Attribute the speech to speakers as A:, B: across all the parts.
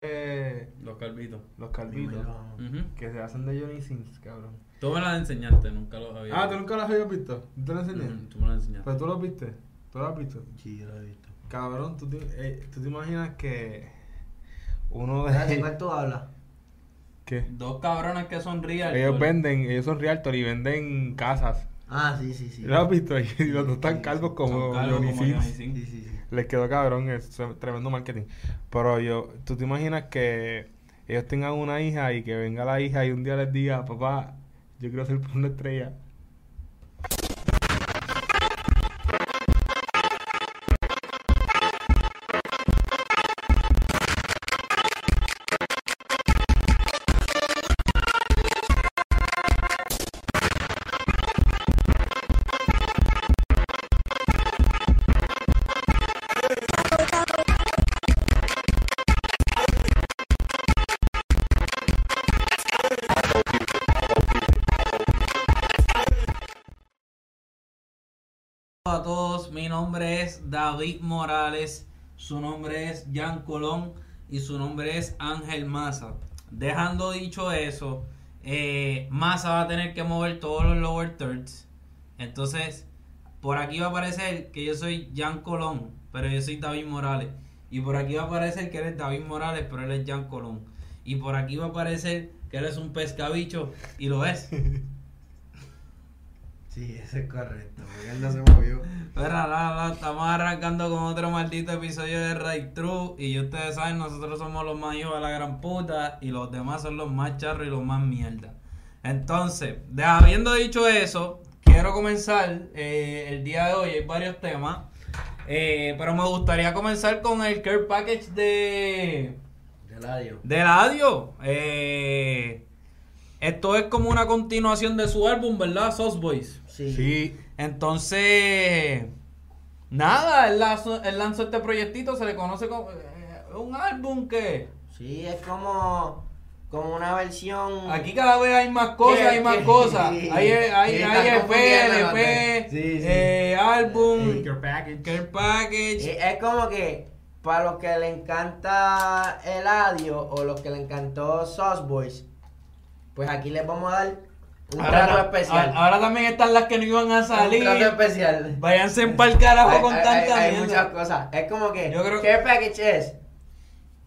A: calvitos.
B: Eh, Los calvitos.
A: Ujú.
B: Que se hacen de Johnny Sins, cabrón.
A: Tú me las enseñaste, nunca los había
B: Ah, tú nunca los habías visto. ¿Tú te lo enseñé?
A: Ujú, Tú me las enseñaste.
B: Pero tú los viste. Tú los has visto.
C: Sí, yo lo he visto.
B: Cabrón, ¿tú te, eh, ¿tú te imaginas que uno
C: Espérate,
B: de.
C: ¿Cuánto habla?
B: ¿Qué?
A: Dos cabronas que son real.
B: Ellos
A: pero-
B: venden, ellos son realtor y venden casas.
C: Ah, sí, sí, sí.
B: ¿Lo has visto? Y los dos están calvos
A: son
B: como
A: calvos
B: Johnny
A: como
B: Sins.
A: Johnny Sins.
C: Sí, sí, sí.
B: Les quedó cabrón, es tremendo marketing. Pero yo, ¿tú te imaginas que ellos tengan una hija y que venga la hija y un día les diga, papá, yo quiero ser una estrella?
A: Hola a todos, mi nombre es David Morales, su nombre es Jan Colón y su nombre es Ángel Maza. Dejando dicho eso, eh, Maza va a tener que mover todos los lower thirds. Entonces, por aquí va a aparecer que yo soy Jan Colón, pero yo soy David Morales. Y por aquí va a aparecer que eres David Morales, pero él es Jan Colón. Y por aquí va a aparecer que eres un pescabicho y lo es.
C: Sí, eso es correcto. Porque él no se movió.
A: Espera, la, la, estamos arrancando con otro maldito episodio de Right True. Y ustedes saben, nosotros somos los más hijos de la gran puta. Y los demás son los más charros y los más mierda. Entonces, de- habiendo dicho eso, quiero comenzar eh, el día de hoy. Hay varios temas. eh, pero me gustaría comenzar con el care package de.
C: Reladio.
A: Del Adio. Eh, esto es como una continuación de su álbum, ¿verdad? Sauce Boys.
C: Sí.
A: Entonces, nada, él lanzó, él lanzó este proyectito, se le conoce como eh, un álbum que
C: Sí, es como, como una versión.
A: aquí cada vez hay más cosas, hay más
C: Sí,
A: cosas.
C: sí.
A: Hay, hay, hay
C: Sí, están
A: EP,
C: confundiendo,
A: LP,
C: ¿no? Sí, sí.
A: eh, álbum,
C: Sí.
B: Your package.
A: care package.
C: Eh, Es como que para los que le encanta el adio o los que le encantó Sauce Boys, pues aquí les vamos a dar un trato
A: Ahora,
C: especial.
A: ahora- ahora también están las que no iban a
C: un trato
A: salir.
C: especial.
A: Váyanse para el carajo con
C: hay,
A: tanta
C: hay- hay
A: mierda.
C: muchas cosas. Es como que
A: Yo creo-
C: care package es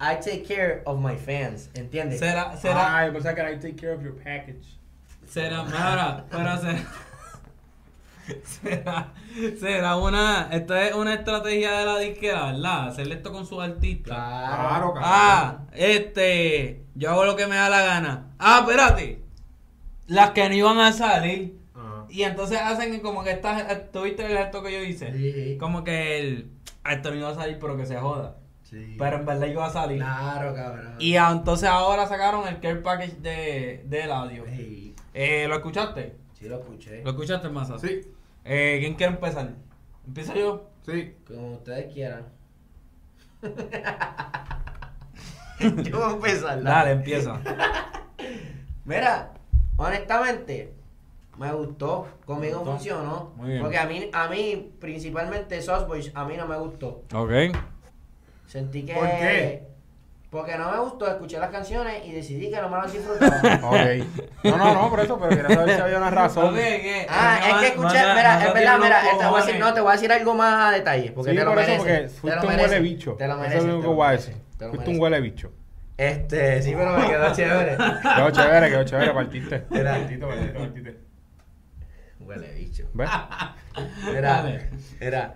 C: I take care of my fans, ¿entiendes?
A: Será,
C: Ah,
A: será,
B: Ay, pues I can I take care of your package.
A: será, mara, pero será. Será, será una, esta es una estrategia de la disquera, ¿verdad? Hacer esto con sus artistas.
C: Claro.
A: Ah, este, yo hago lo que me da la gana. Ah, espérate. Las que no iban a salir.
B: Ajá.
A: Y entonces hacen como que estás, tuviste el acto que yo hice.
C: Sí.
A: Como que el, "Ah, esto no iba a salir, pero que se joda.
C: Sí.
A: Pero en verdad iba a salir.
C: Claro, cabrón.
A: Y ah, entonces ahora sacaron el care package de, del audio.
C: Sí,
A: Eh, ¿Lo escuchaste?
C: sí lo escuché.
A: ¿Lo escuchaste, Massa?
B: Sí,
A: Eh, ¿Quién quiere empezar? ¿Empiezo yo?
B: sí.
C: Como ustedes quieran. Yo voy a empezar.
A: Dale, empieza.
C: Mira, honestamente, me gustó. Conmigo
A: gustó.
C: funcionó.
A: Muy bien.
C: Porque a mí, a mí, principalmente Sauce Boys, a mí no me gustó.
A: ok.
C: Sentí que.
B: ¿Por qué?
C: Porque no me gustó, escuché las canciones y decidí que no me las disfrutaba.
B: Ok. No, no, no, por eso, pero quería saber si había una razón.
C: Ah, es que escuché, mira, es verdad, mira, te voy a decir, no, te voy a decir algo más a detalle, porque
B: sí,
C: te lo
B: por eso,
C: mereces,
B: porque
C: te lo
B: fuiste un huele
C: mereces,
B: bicho.
C: Te lo mereces.
B: Eso es lo
C: te
B: único
C: lo
B: que voy a
C: mereces,
B: decir.
C: te lo
B: Fuiste un
C: mereces.
B: huele bicho.
C: Este, sí, pero me quedó chévere.
B: Quedó chévere, quedó chévere, partiste.
C: Era-
B: Partiste, partiste, partiste.
C: Huele bicho.
B: ¿Ves?
C: Era,
A: Dale.
C: era.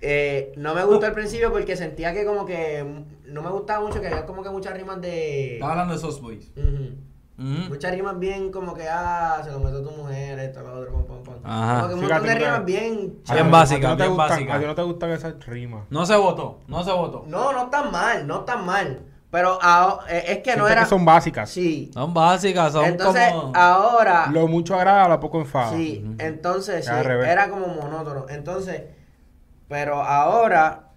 C: eh, no me gustó al principio porque sentía que como que mm, no me gustaba mucho que había como que muchas rimas de
A: Estaba hablando de Sauce Boys.
C: Ujú.
A: Ujú.
C: muchas rimas bien como que ah se lo metió tu mujer esto lo otro pam, pam, pam.
A: Ajá.
C: como que un
B: Sí,
C: montón de
B: Gato,
C: rimas
B: claro. A
C: bien
B: ti no-
C: chéveres.
A: Bien básica,
B: a ti no te
A: bien
B: gustan-
A: básica.
B: A ti no te gustan esas rimas.
A: No se votó, no se votó.
C: no no tan mal no tan mal pero ah, eh, es que no
B: Siento
C: era
B: que son básicas.
C: sí
A: Son básicas, son
C: entonces
A: como...
C: ahora
B: Lo mucho agrada, lo poco enfada.
C: Sí, entonces sí,
B: Al revés.
C: era como monótono. Entonces, pero ahora,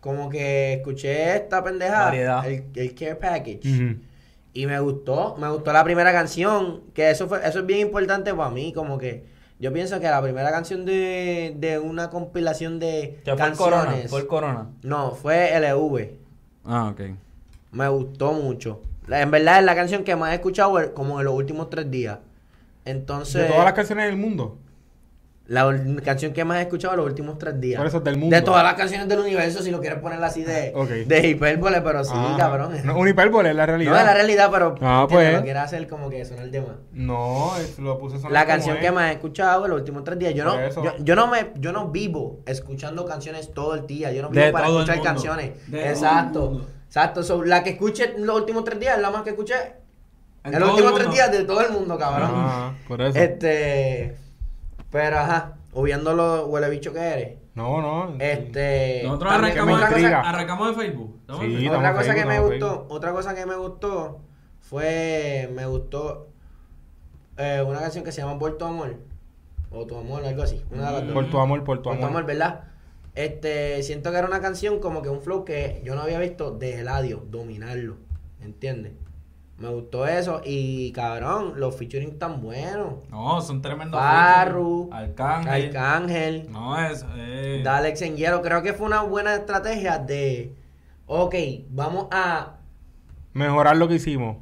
C: como que escuché esta pendejada,
A: Variedad.
C: el, el Care Package,
B: Ujú.
C: y me gustó, me gustó la primera canción, que eso fue, eso es bien importante para mí, como que yo pienso que la primera canción de, de una compilación de
A: Que fue el Corona,
C: canciones,
A: fue el Corona.
C: no, fue LV,
A: Ah, ok.
C: me gustó mucho, La- En verdad es la canción que más he escuchado eh, como en los últimos tres días. Entonces,
D: De todas las canciones del mundo.
C: la ol- canción que más he escuchado en los últimos tres días.
D: Por eso, del mundo.
C: De todas las canciones del universo, si lo quieres poner así de,
D: Ok.
C: de hipérbole, pero sí,
D: Ah,
C: cabrón.
D: No, un hipérbole es la
C: No, es
D: realidad.
C: la realidad, pero
D: Ah,
C: entiendo,
D: pues.
C: lo quiero hacer como que sonar de más.
D: No, es- lo puse sonando
C: La
D: como
C: canción
D: es.
C: que más he escuchado en los últimos tres días. Yo no,
D: Por eso.
C: yo, yo no me, yo no vivo escuchando canciones todo el día. Yo no
D: De
C: vivo para
A: todo el
C: escuchar
A: mundo.
C: canciones.
A: De todo el
C: Exacto.
A: mundo.
C: Exacto. So, la que escuché en los últimos tres días es la más que escuché. En,
A: todo
C: los
A: el
C: últimos
A: mundo.
C: tres días de todo el mundo, cabrón.
D: Ah, por eso.
C: Este. Pero ajá, obviando lo huele bicho que eres.
D: No, no.
C: Este.
A: Nosotros
C: también
A: arrancamos,
C: otra
D: me
C: cosa-
D: intriga.
A: arrancamos de Facebook. Estamos en
D: Sí,
A: Facebook.
D: estamos
C: otra cosa
D: Facebook,
C: que me
D: estamos
C: gustó, otra cosa que me gustó fue, me gustó eh, una canción que se llama Por tu amor o tu amor, algo así, una de las dos.
D: Por tu amor, por tu
C: Por
D: Mm, amor.
C: tu amor, ¿verdad? Este, siento que era una canción como que un flow que yo no había visto de Eladio dominarlo, ¿entiendes? Me gustó eso y cabrón, los featuring tan buenos.
A: No, son tremendos.
C: Farru,
A: features. Arcángel.
C: Arcángel,
A: No, es. eh,
C: Dalex en hielo, creo que fue una buena estrategia de, ok, vamos a
D: Mejorar lo que hicimos.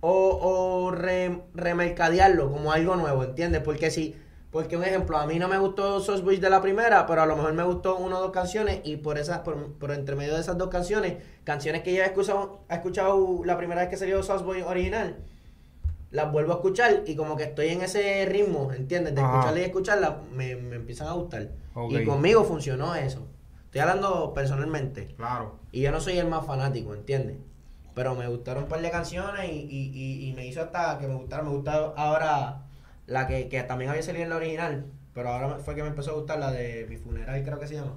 C: o, o re- remercadearlo como algo nuevo, ¿entiendes? Porque si, porque un ejemplo, a mí no me gustó Sosbush de la primera, pero a lo mejor me gustó una o dos canciones y por esas, por, por entre medio de esas dos canciones, canciones que ya he escuchado, he escuchado la primera vez que salió Sosbush original, las vuelvo a escuchar y como que estoy en ese ritmo, ¿entiendes? De
D: Ajá.
C: escucharla y escucharla, me, me empiezan a gustar.
D: Ok.
C: Y conmigo funcionó eso. Estoy hablando personalmente.
D: Claro.
C: Y yo no soy el más fanático, ¿entiendes? Pero me gustaron un par de canciones y, y, y, y me hizo hasta que me gustaron. Me gusta ahora la que, que también había salido en la original, pero ahora me- fue que me empezó a gustar la de mi funeral, creo que se llama.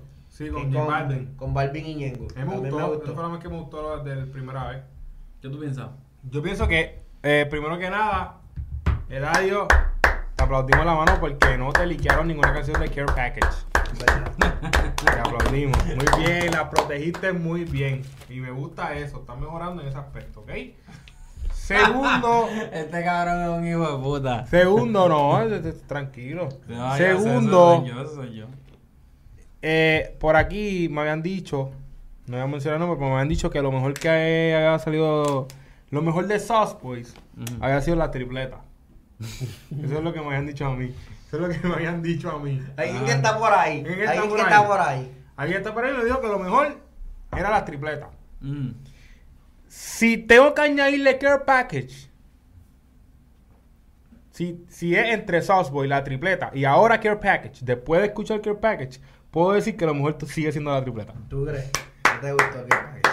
C: Que
D: Sí,
C: es Con Balvin y Ñengo. También
D: más que me gustó del primera vez.
A: ¿Qué tú piensas?
D: Yo pienso que, eh, primero que nada, Eladio, te aplaudimos la mano porque no te liquearon ninguna canción de Care Package.
C: ¿Verdad?
D: Te aplaudimos. Muy bien, la protegiste muy bien. Y me gusta eso, estás mejorando en ese aspecto, ¿ok? Segundo,
A: Este cabrón es un hijo de puta.
D: segundo, no, eh, eh, tranquilo.
A: No, yo Ah, sé,
D: Segundo,
A: eso soy yo, eso soy yo.
D: eh, por aquí me habían dicho, no voy a mencionar nombres, pero me habían dicho que lo mejor que había salido, lo mejor de Sauce Boys
A: Ujú.
D: había sido la tripleta. Eso es lo que me habían dicho a mí. Eso es lo que me habían dicho a mí.
C: Alguien que está por ahí.
D: ¿Quién Ah. está
C: Alguien
D: por
C: que
D: ahí?
C: está por ahí.
D: Alguien está por ahí y me dijo que lo mejor era las tripletas.
A: Mm.
D: Si tengo que añadirle Care Package, si, si es entre Southboy, la tripleta, y ahora Care Package, después de escuchar Care Package, puedo decir que a lo mejor t- sigue siendo la tripleta.
C: ¿Tú crees? ¿No te gustó que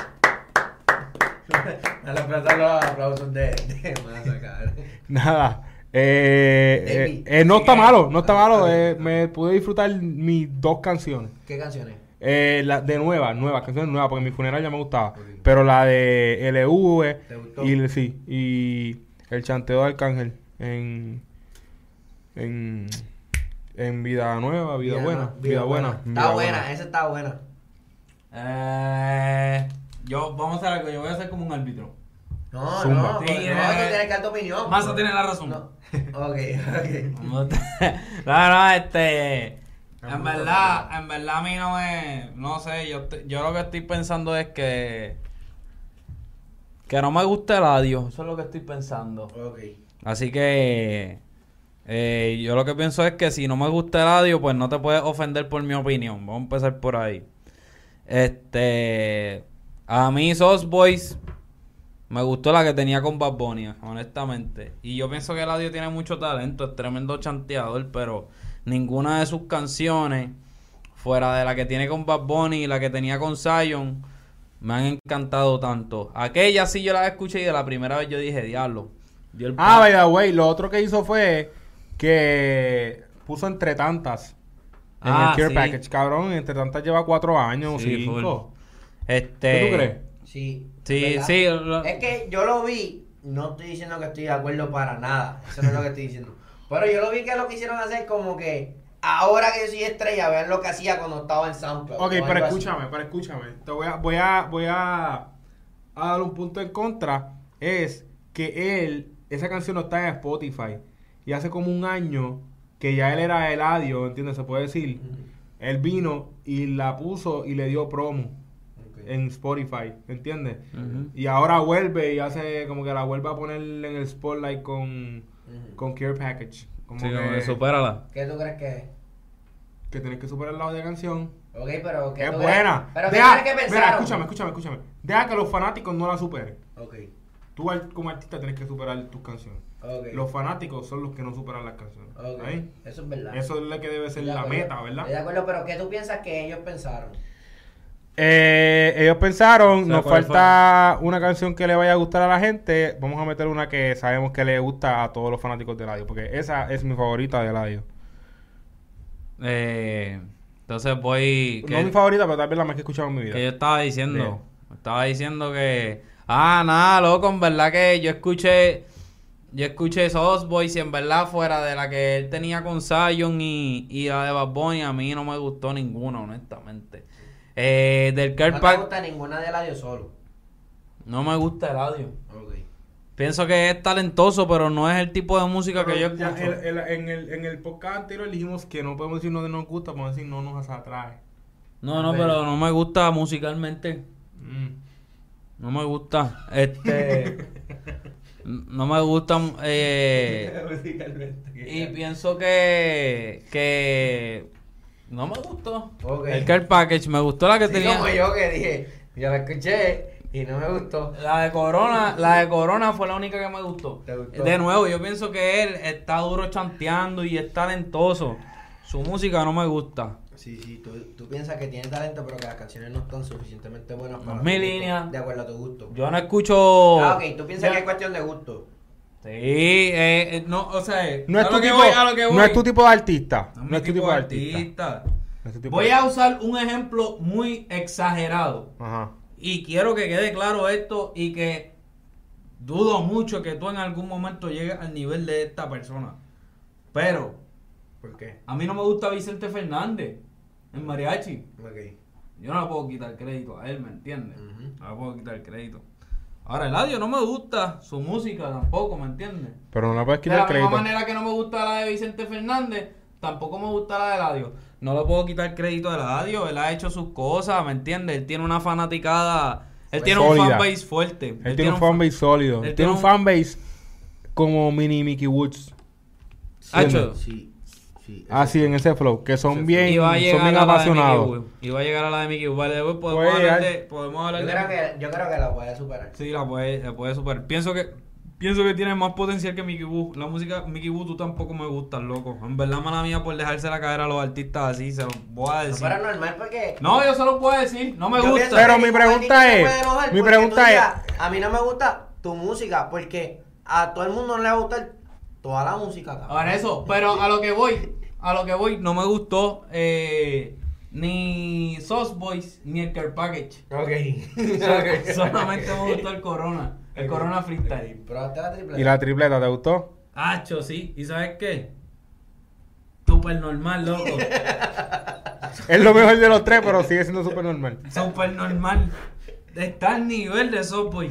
C: A la plata los aplausos de, de masa, cabrón.
D: Nada. eh,
C: Baby.
D: eh, eh, no está malo, no está
C: Ah,
D: malo.
C: está bien,
D: eh,
C: está
D: me pude disfrutar mis dos canciones.
C: ¿Qué canciones?
D: Eh, la de nueva, nueva, canciones nuevas, porque mi funeral ya me gustaba.
C: Ok.
D: Pero la de LV
C: ¿Te gustó?
D: y sí, y el chanteo de Arcángel en en en Vida Nueva, Ah, Vida, Buena,
C: Nueva,
D: Vida, Buena.
C: Está
D: Vida
C: buena, esa está buena.
A: Eh, yo, vamos a hacer algo. Yo voy a ser como un árbitro.
C: No,
D: Zumba.
C: no,
A: Sí,
C: pues, no,
A: eh,
C: tú tienes que dar tu opinión.
A: Massa tiene la razón.
C: No. Ok, ok.
A: No, te- no, no, este.
D: Es
A: En
D: mucho
A: verdad, en verdad a mí no me. No sé, yo, te- yo lo que estoy pensando es que. Que no me gusta el adiós. Eso es lo que estoy pensando.
C: Ok.
A: Así que. eh, yo lo que pienso es que si no me gusta el adiós, pues no te puedes ofender por mi opinión. Vamos a empezar por ahí. Este. A mí, Sos Boys. Me gustó la que tenía con Bad Bunny, honestamente. Y yo pienso que Eladio tiene mucho talento, es tremendo chanteador, pero ninguna de sus canciones, fuera de la que tiene con Bad Bunny y la que tenía con Zion, me han encantado tanto. Aquella sí yo la escuché y de la primera vez yo dije, diablo. dio
C: eh.
A: el
D: Ah,
A: palo".
D: by the way, lo otro que hizo fue que puso entre tantas en
A: Ah,
D: el Care
A: sí.
D: Package, cabrón, entre tantas lleva cuatro años o
A: Sí,
D: cinco.
A: Este,
D: ¿Qué tú crees?
C: Sí.
A: Sí,
C: ¿verdad? Eh,
A: sí. lo-
C: Es que yo lo vi, no estoy diciendo que estoy de acuerdo para nada. Eso no es lo que estoy diciendo. Pero yo lo vi que lo quisieron hacer como que ahora que yo soy estrella, vean lo que hacía cuando estaba en SoundCloud.
D: Ok,
C: o algo
D: pero
C: así.
D: escúchame, pero escúchame. Te voy a, voy a, voy a, a dar un punto en contra. Es que él, esa canción no está en Spotify. Y hace como un año que ya él era Eladio, ¿entiendes? Se puede decir.
C: Ujú.
D: Él vino y la puso y le dio promo.
C: Ok.
D: en Spotify, ¿entiendes?
A: Ujú.
D: Y ahora vuelve y hace como que la vuelve a poner en el spotlight con,
C: Ujú.
D: con Care Package. Como
B: Sí, como
D: que,
B: que supérala.
E: ¿Qué tú crees que es?
D: que tienes que superar la de canción.
E: Ok, pero ¿qué
D: es
E: tú
D: buena.
E: crees? Pero ¿qué
D: Deja-
E: crees que pensaron?
D: mira, escúchame, escúchame, escúchame. Deja que los fanáticos no la superen.
C: Ok,
D: Tú al- como artista tienes que superar tus canciones.
E: Ok.
D: Los fanáticos son los que no superan las canciones.
E: Ok,
D: ¿Ahí?
E: Eso es verdad.
D: Eso es lo que debe ser
E: Estoy de
D: la
E: acuerdo.
D: meta, ¿verdad?
E: Estoy de acuerdo, pero ¿qué tú piensas que ellos pensaron?
D: Eh, ellos pensaron,
B: O sea,
D: nos
B: ¿cuál
D: falta una canción que le vaya a gustar a la gente. Vamos a meter una que sabemos que le gusta a todos los fanáticos de Eladio, porque esa es mi favorita de Eladio.
B: Eh, entonces voy.
D: No
B: Que,
D: mi favorita, pero tal vez la más que he escuchado en mi vida.
B: que yo estaba diciendo. Estaba diciendo que. Ah, nada, loco, en verdad que yo escuché. Yo escuché esos Boys y en verdad fuera de la que él tenía con Zion y, y la de Bad Bunny, a mí no me gustó ninguna, honestamente. Eh, del Care
C: No te
B: Pack-
C: gusta ninguna de la de solo.
B: no me gusta el audio.
C: Ok.
B: Pienso que es talentoso, pero no es el tipo de música que yo
D: Ya
B: escucho.
D: el- el- en, el, en el podcast anterior dijimos que no podemos decir no nos gusta, podemos decir no nos atrae.
B: No, no, pero no me gusta musicalmente.
D: Mm.
B: No me gusta. Este. no me gusta. Eh, y pienso que. Que. No me gustó.
C: Ok.
B: El Care Package me gustó la que
C: Sí, pues
B: tenía.
C: como yo que dije, yo la escuché y no me gustó.
B: La de Corona, la de Corona fue la única que me gustó.
C: ¿Te gustó?
B: De nuevo, yo pienso que él está duro chanteando y es talentoso. Su música no me gusta.
C: Sí, sí, tú, tú piensas que tienes talento, pero que las canciones no están suficientemente buenas
B: No
C: para.
B: es
C: tu
B: mi
C: gusto,
B: línea.
C: De acuerdo a tu gusto.
B: Yo no escucho.
C: Ah, ok, tú piensas
B: Ya-
C: que es cuestión de gusto.
B: Sí, eh, eh, no, o sea, eh,
D: No,
B: a
D: es tu
B: lo que
D: tipo,
B: voy, a lo que
D: no
B: voy.
D: es tu tipo de artista.
A: No
D: No,
A: es mi
D: es tu tipo de artista.
A: artista.
D: No es tu tipo
A: Voy
D: de-
A: a usar un ejemplo muy exagerado.
D: Ajá.
A: Y quiero que quede claro esto y que dudo mucho que tú en algún momento llegues al nivel de esta persona. Pero
C: ¿Por qué?
A: a mí no me gusta Vicente Fernández en mariachi.
C: Ok.
A: Yo no le puedo quitar crédito a él, ¿me entiendes?
C: Ujú.
A: No le puedo quitar crédito. Ahora, Eladio no me gusta su música tampoco, ¿me entiendes?
D: Pero no le puedes
A: De la
D: quitar
A: misma
D: crédito.
A: manera que no me gusta la de Vicente Fernández, tampoco me gusta la de Eladio. No le puedo quitar crédito a Eladio, él ha hecho sus cosas, ¿me entiendes? Él tiene una fanaticada, él tiene un
D: Pues Sólida.
A: fanbase fuerte. Él,
D: Él tiene un fanbase sólido.
A: él
D: Tiene,
A: tiene
D: un
A: un-
D: fanbase como mini Mickey Woods.
B: Hacho,
C: Sí, sí.
D: Así en ese flow. Que son bien,
B: Y va a
D: son
B: llegar
D: bien
B: a la de Mickey
D: apasionados. Pues,
B: Wu. Y va a llegar a la de Mickey Wu. Vale, después podemos
D: Puede
B: hablar de...
D: llegar.
A: pues, Podemos
C: Yo
A: hablar de...
C: creo, que, yo creo que la voy a superar.
A: Sí, la puede, la puede superar. Pienso que pienso que tiene más potencial que Mickey Boo. La música Mickey Boo tú tampoco me gustas, loco. En verdad, mala mía por dejársela caer a los artistas así, se los voy a
C: No
A: decir.
C: fuera normal porque.
A: No, yo se los puedo decir, no me
C: Yo
A: gusta.
C: pienso
D: Pero
C: que
D: mi
C: ningún artista
D: pregunta
C: se
D: es-
C: puede enojar
D: mi
C: porque
D: pregunta
C: tú digas, A mí no me gusta tu música porque a todo el mundo no le va a gustar toda la música. cabrón.
A: Ahora eso, pues. pero a lo que voy, a lo que voy, no me gustó eh, ni Sauce Boys ni el Care Package.
C: Ok.
A: Solamente me gustó el Corona, el Corona Freestyle.
C: Probaste la triple.
D: ¿Y la tripleta te gustó?
A: Hacho, sí, ¿y sabes qué? Super normal, loco.
D: Es lo mejor de los tres, pero sigue siendo súper normal.
A: Super normal. Está al nivel de Softboy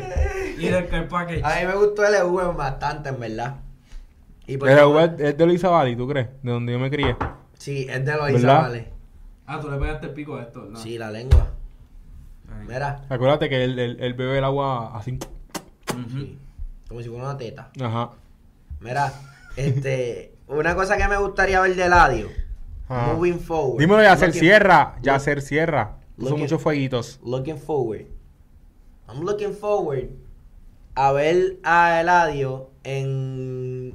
A: y del Care Package.
C: A mí me gustó el EV bastante, en verdad. Y por
D: Pero
C: ejemplo,
D: güey, es de Luis Abadi, ¿tú crees? De donde yo me crié.
C: Sí, es de los
D: ¿Verdad?
C: Isabales.
A: Ah, tú le pegaste el pico a esto, ¿no?
C: Sí, la lengua.
A: Ay.
C: Mira.
D: Acuérdate que él, él- él bebe el agua así.
A: Ujú.
C: Como si fuera una teta.
D: Ajá.
C: Mira, este. Una cosa que me gustaría ver de Eladio.
D: Ajá.
C: Moving forward.
D: Ah. Dímelo, Yacer
C: Looking-
D: Sierra. Yacer Sierra. Puso
C: Looking-
D: muchos fueguitos.
C: Looking forward. I'm looking forward a ver a Eladio en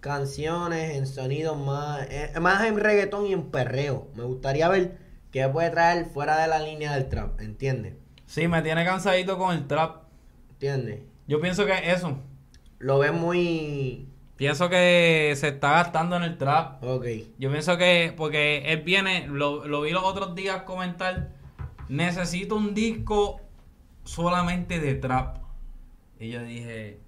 C: canciones, en sonidos más, eh, más en reggaetón y en perreo. Me gustaría ver qué puede traer fuera de la línea del trap, ¿entiendes?
B: sí, me tiene cansadito con el trap.
C: ¿Entiendes?
B: Yo pienso que eso.
C: Lo ves muy...
B: Pienso que se está gastando en el trap.
C: Ok.
B: Yo pienso que, porque él viene, lo, lo vi los otros días comentar, necesito un disco solamente de trap.
A: Y yo dije,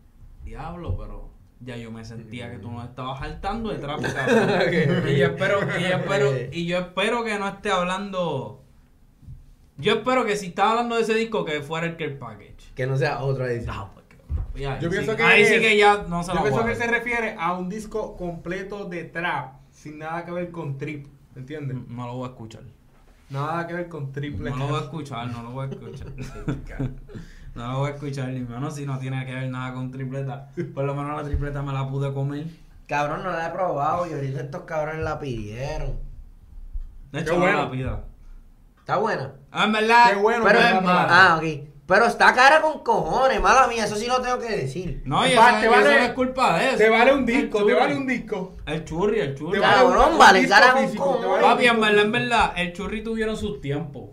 A: diablo, pero ya yo me sentía que tú no estabas saltando de trap, cabrón. y yo espero, y yo espero, y yo espero que no esté hablando. Yo espero que si estaba hablando de ese disco que fuera el Care Package. Ah, pues
C: Que no sea otra edición.
A: No, porque, ya, ahí
D: Yo pienso
A: sí-
D: que
A: ahí sí
D: es-
A: que ya no se
D: Yo
A: la
D: pienso
A: puedo
D: que se
A: hacer.
D: refiere a un disco completo de trap, sin nada que ver con trip, ¿entiendes?
A: No lo voy a escuchar.
D: Nada que ver con triple.
A: Mm. No lo voy a escuchar, no lo voy a escuchar. No lo voy a escuchar, ni menos si no tiene que ver nada con tripleta. Por lo menos la tripleta me la pude comer.
C: Cabrón, no la he probado y ahorita estos cabrones la pidieron.
A: De
D: Qué
A: hecho,
D: bueno.
A: no la pida.
C: Está buena.
A: Ah, en verdad.
D: Qué bueno
A: pero
D: que
A: es
D: no la
A: mala.
C: Ah, ok. Pero está cara con cojones, mala mía, eso sí lo tengo que decir.
A: No, y
D: Te
A: eso,
D: va- te
A: y
D: vale-
A: eso no es culpa de eso.
D: Te vale un
A: El
D: disco, te
A: churri.
D: vale un disco.
A: El churri, el churri.
D: Te
C: Claro,
D: vale un-
C: cabrón,
D: un
C: vale,
D: disco
C: cara, un
D: físico, te
C: coño.
D: vale un
A: Papi, en
D: disco.
A: verdad, en verdad, el churri tuvieron sus tiempos.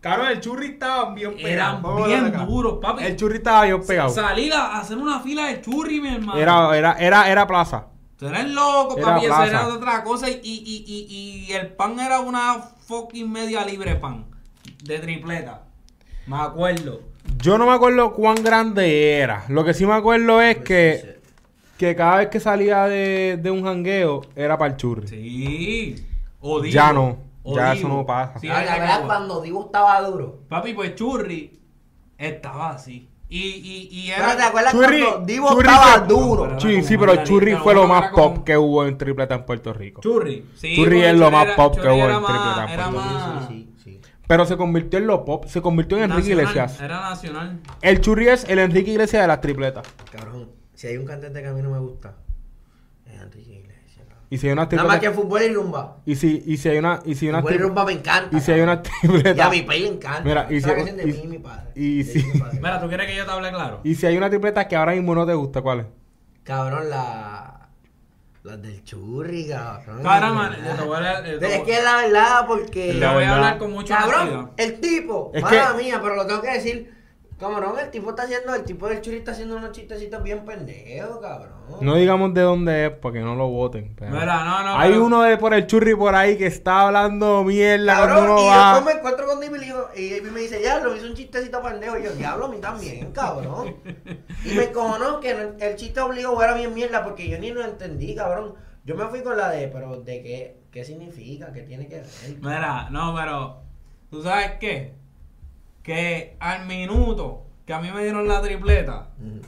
D: Cabrón, el churri estaba bien pegado.
A: Eran
D: Vamos a
A: bien
D: hablar acá.
A: duros, papi.
D: El churri estaba bien pegado.
A: Salir a hacer una fila de churri, mi hermano.
D: Era, era, era, era plaza.
A: Tú eres loco,
D: Era
A: papi, eso
D: plaza.
A: era otra cosa. Y, y, y, y- y el pan era una fucking media libre pan. De tripleta. Me acuerdo.
D: Yo no me acuerdo cuán grande era. Lo que sí me acuerdo es
A: Pues
D: que, que cada vez que salía de, de un jangueo era para el churri.
A: Sí. O digo,
D: Ya no,
A: o
D: ya
A: digo.
D: eso no pasa.
A: Sí,
C: Ah,
A: era
C: la
A: de
C: verdad,
A: Cagua.
C: cuando Dibu estaba duro.
A: Papi, pues churri estaba así. Y, y, y
C: Pero te
A: era.
C: acuerdas
D: Churri,
C: cuando Dibu
D: Churri
C: estaba
D: fue-
C: duro.
A: Pero era
D: Sí,
A: como
D: sí, pero el
A: una
D: churri
A: lista,
D: fue
A: ¿no?
D: lo
A: Era
D: más
A: como-
D: pop que hubo en tripleta en Puerto Rico.
A: Churri. Sí,
D: Churri
A: porque
D: es lo
A: churri
D: más
A: era-
D: pop que
A: churri
D: hubo
A: era
D: en
A: más-
D: tripleta en
A: Era
D: Puerto Rico.
A: más.
C: Sí, sí, sí.
D: Pero se convirtió en lo pop, se convirtió en Enrique
A: nacional, eh.
D: Iglesias.
A: Era nacional.
D: El churri es el Enrique Iglesias de las tripletas.
C: Cabrón, si hay un cantante que a mí no me gusta, es Enrique Iglesias. cabrón.
D: Y si hay una
C: Nada más que
D: tripleta.
C: fútbol y rumba.
D: Y si, y si hay una, y si hay una
C: Fútbol y
D: tri-
C: rumba me encanta.
D: y si hay una
C: cabrón. Y a
D: tripleta.
C: mi país le encanta.
D: Mira, y
C: Esa
D: si-
C: canción de
D: y-
C: mí y mi padre.
D: y
C: De
D: si-
C: mí mi padre.
A: Mira, ¿tú quieres que yo te hable claro?
D: Y si hay una tripleta que ahora mismo no te gusta, ¿cuál es?
C: Cabrón, la. Las del churri, cabrón.
A: Caramba,
C: De verdad.
A: yo te voy a hablar- yo te
C: Pero es
A: voy-
C: que es la verdad, porque.
A: Te voy a
D: verdad.
A: hablar con mucha honestidad.
C: Cabrón, el tipo,
D: Es
C: mala
D: que-
C: mía, pero lo tengo que decir. Cabrón, el tipo está haciendo, el tipo del churri está haciendo unos chistecitos bien pendejos, cabrón.
D: No digamos de dónde es para que no lo voten. pero-
A: Mira, no, no,
D: Hay
A: pero-
D: uno de por el churri por ahí que está hablando mierda
C: Cabrón,
D: cuando
C: y
D: uno
C: yo
D: va.
C: me encuentro con Dibu y, le digo- y Dibu me dice, ya, lo hizo un chistecito pendejo. Y yo, diablo, a mí también, cabrón. Y me cojonó que el, el chiste obligado era bien mierda porque yo ni lo entendí, cabrón. Yo me fui con la de, pero ¿de qué? ¿Qué significa? ¿Qué tiene que ver?
A: Mira, no, pero ¿tú sabes qué? Que al minuto que a mí me dieron la tripleta,
C: Ujú.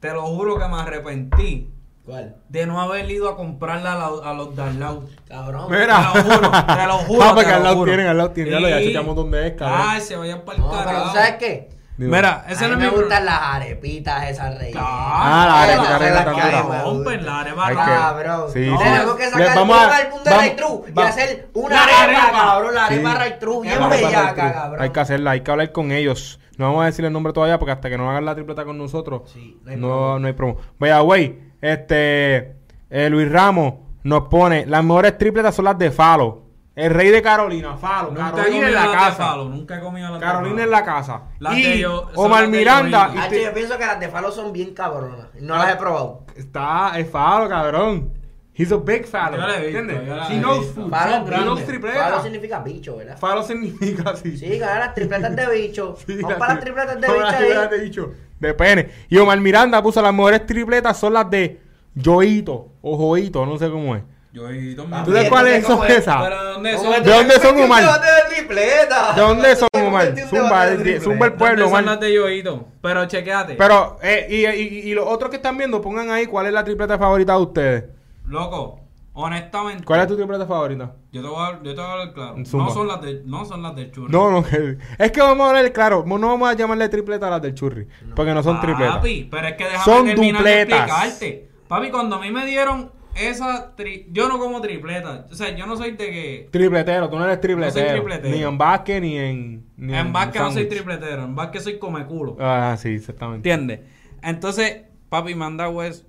A: te lo juro que me arrepentí
C: ¿Cuál?
A: de no haber ido a comprarla a, la- a los Darlau.
C: Cabrón.
D: Mira.
A: Te lo juro, te lo juro.
D: Ah, porque
A: te lo
D: al lado
A: juro.
D: tienen, al lado tienen, ya lo- ya
A: Sí.
D: chequeamos dónde es, cabrón.
A: Ay, se vayan para el
C: No, pero
A: carajo.
C: ¿tú ¿sabes qué?
D: Dime.
A: Mira,
C: a
A: esa
C: mí
A: no es
C: me
A: mi pro-
C: gustan las arepitas esas rellenas.
A: Claro.
D: Ah, la arepita
C: Esas son
D: rellena
C: las
D: tan
C: que a mí
D: dura.
C: me gustan.
A: Rompen la arepa.
D: Hay que-
C: Cabrón.
D: Sí,
C: Ah, no,
D: sí.
C: Tenemos que
D: Le-
C: sacar
D: vamos a-
C: un álbum de
D: vamos-
C: Raitrú y
D: va-
C: hacer una
A: Una
C: arepa,
A: arepa.
C: cabrón. La arepa
D: Sí.
C: Raitrú, bien
D: Vamos a hacer la
C: bellaca,
D: tri-
C: cabrón.
D: Hay que hacerla, hay que hablar con ellos. No vamos a decir el nombre todavía porque hasta que no hagan la tripleta con nosotros,
C: Sí, no hay
D: no, no hay promo. Vaya, güey, este eh, Luis Ramos nos pone, las mejores tripletas son las de Falo. El rey de Carolina, Falo.
A: Nunca he
D: Carolina
A: comido
D: en la
A: las de
D: casa.
A: Falo, nunca he comido las de
D: Carolina
A: Falo.
D: en la casa.
A: Las de
D: y
A: yo- son
D: Omar
A: las de
D: Miranda.
A: Carolina.
D: y
C: Hacho,
D: te-
C: Ah, yo pienso que las de Falo son bien cabronas. No las he probado.
D: Está, es falo, cabrón. He's a big falo.
A: Yo la he visto,
D: ¿Entiendes?
A: yo la
D: He
A: he
D: knows
A: visto.
D: food.
C: Falo es
D: He knows
C: grande. Falo
D: tripleta.
C: significa bicho, ¿verdad?
D: Falo significa así.
C: Sí, ganar las tripletas de bicho.
D: Sí,
C: Vamos para las tripletas de
D: Vamos para las
C: bicho
D: tripletas
C: ahí.
D: de bicho. De pene. Y Omar Miranda puso las mejores tripletas son las de Joito o Joito, no sé cómo es.
A: Yo he ido
D: ¿Tú sabes cuáles
C: ¿cómo
D: son
C: es?
D: esas?
A: ¿Pero dónde son?
C: ¿Cómo que
D: ¿De
C: te
D: dónde son,
C: convertiste en
D: Omar?
C: bate de tripleta?
D: ¿De dónde son,
C: Te
D: Omar?
C: convertiste en
D: Zumba,
C: bate de
D: el,
C: tripleta.
D: zumba el pueblo,
A: ¿Dónde son las
D: Omar.
A: de Yoito? Pero chequeate.
D: Pero, eh, y, y, y- y los otros que están viendo, pongan ahí cuál es la tripleta favorita de ustedes.
A: Loco, honestamente.
D: ¿Cuál es tu tripleta favorita?
A: Yo te voy a, yo te voy a hablar claro.
D: Zumba.
A: No son, las de, no son las del churri.
D: No, no, que- es que vamos a hablar claro, no vamos a llamarle tripleta a las del churri, porque no son tripletas.
A: Papi, pero es que déjame
D: Son
A: terminar
D: dupletas.
A: de explicarte. Papi, cuando a mí me dieron esa tri- yo no como tripleta, o sea, yo no soy de que
D: Tripletero, tú no eres tripletero.
A: No soy tripletero.
D: Ni en básquet, ni en. Ni
A: en básquet no soy
D: sándwich.
A: tripletero, en básquet soy come culo.
D: Ah, sí, exactamente.
A: ¿Entiendes? Entonces, papi me han dado eso.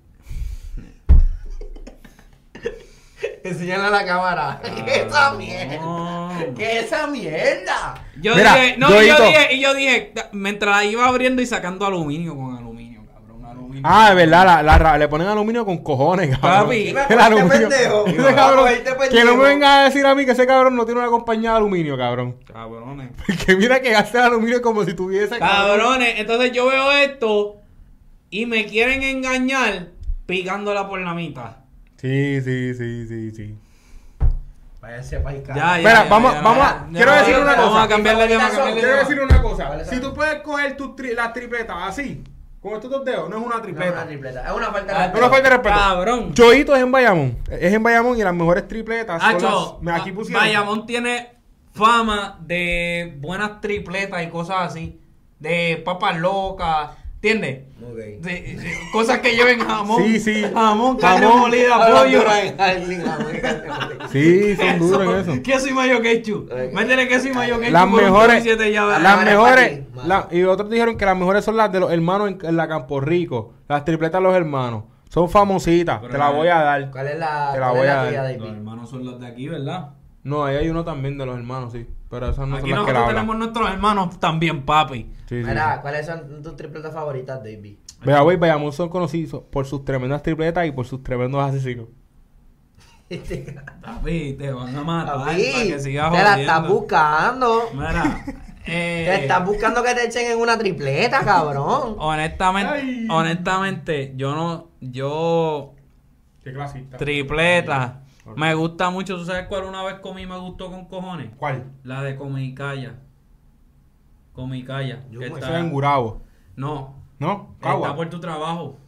C: Enseñale a la cámara. ¿Qué es esa mierda?
A: No.
C: ¿Qué es esa mierda?
A: Yo
D: Mira,
A: dije, no, y
D: Yoito.
A: yo dije, y yo dije, da- mientras la iba abriendo y sacando aluminio con aluminio, cabrón, aluminio.
D: Ah, es verdad, la, la ra- le ponen aluminio con cojones, cabrón.
A: Papi,
C: Dime,
D: el
C: este
D: aluminio.
C: pendejo.
D: Ese
C: Dime,
D: cabrón,
C: este pendejo.
D: que no me venga a decir a mí que ese cabrón no tiene una compañía de aluminio, cabrón.
A: Cabrones.
D: Que mira que hace aluminio como si tuviese.
A: Cabrones, entonces yo veo esto y me quieren engañar picándola por la mitad.
D: Sí, sí, sí, sí, sí.
C: Váyanse para el
A: Ya, ya,
D: Espera,
A: ya,
D: vamos-
A: ya,
D: vamos
A: ya,
D: a-
A: ya,
D: quiero
A: ya,
D: decir
A: ya,
D: una
A: Vamos
D: cosa.
A: a cambiar la tema.
C: Favoritas son-
A: cambiarle
D: Quiero
A: tema.
D: decir una cosa.
C: Vale,
D: Si tú
C: vale.
D: puedes coger tus tri- las tripletas así, con estos dos dedos, no es una
C: No,
D: tripleta.
C: una tripleta. Es una falta de
A: Ah,
C: respeto.
D: No nos falta de respeto.
A: Cabrón.
D: Yoito es en Bayamón. Es en Bayamón y las mejores tripletas. son
A: Hacho,
D: las- me- aquí
A: Ba-
D: pusieron.
A: ah, Bayamón tiene
F: fama de buenas tripletas y cosas así, de papas locas, ¿entiendes?
C: Ok.
F: De- de- cosas que lleven jamón,
D: Sí, sí.
F: jamón, carne
D: Jamón.
F: molida,
C: Hablando
F: pollo,
C: de Harling, jamón y carne molida.
D: Sí, son duros en eso.
F: queso y mayo ketchup.
C: Ok.
F: Métele queso y mayo ketchup.
D: Las
F: con un
D: mejores,
F: 37 llaves.
D: las
C: Ahora
D: mejores,
C: para ti,
D: la-
C: mano.
D: y otros dijeron que las mejores son las de los hermanos en, en la Campo Rico, las tripletas de los hermanos, son famositas,
F: Pero
D: te las
F: no-
D: voy a dar.
C: ¿Cuál es la,
D: Te la
C: cuál
D: voy
C: es
D: a
C: la tuya,
D: dar.
F: Los
C: David?
F: hermanos son los de aquí, ¿verdad?
D: No, ahí hay uno también de los hermanos, sí, pero esas no
F: Aquí
D: son las que la
F: nosotros
D: hablan.
F: tenemos nuestros hermanos también, papi.
D: Sí, sí, sí.
C: Mira, ¿cuáles son tus tripletas favoritas, David?
D: Vea, y Bayamón son conocidos por sus tremendas tripletas y por sus tremendos asesinos.
F: Papi, te van a
D: Ah,
F: matar para
C: Papi,
F: que
C: Este, te
F: sigas
C: la estás
F: jodiendo.
C: buscando.
F: Mira, eh,
C: Te estás buscando que te echen en una tripleta,
D: Oh.
C: cabrón.
A: Honestamente,
D: Ay.
A: honestamente, yo no, yo
D: Qué clasista.
A: tripleta. Me gusta mucho, ¿tú sabes cuál una vez comí y me gustó con cojones?
D: ¿Cuál?
A: La de Comicaya. Comicaya.
C: Yo
A: que
C: como
D: Eso es
A: está-
D: en Gurabo,
A: No,
D: ¿no?
A: está
D: Cagua.
A: por tu trabajo.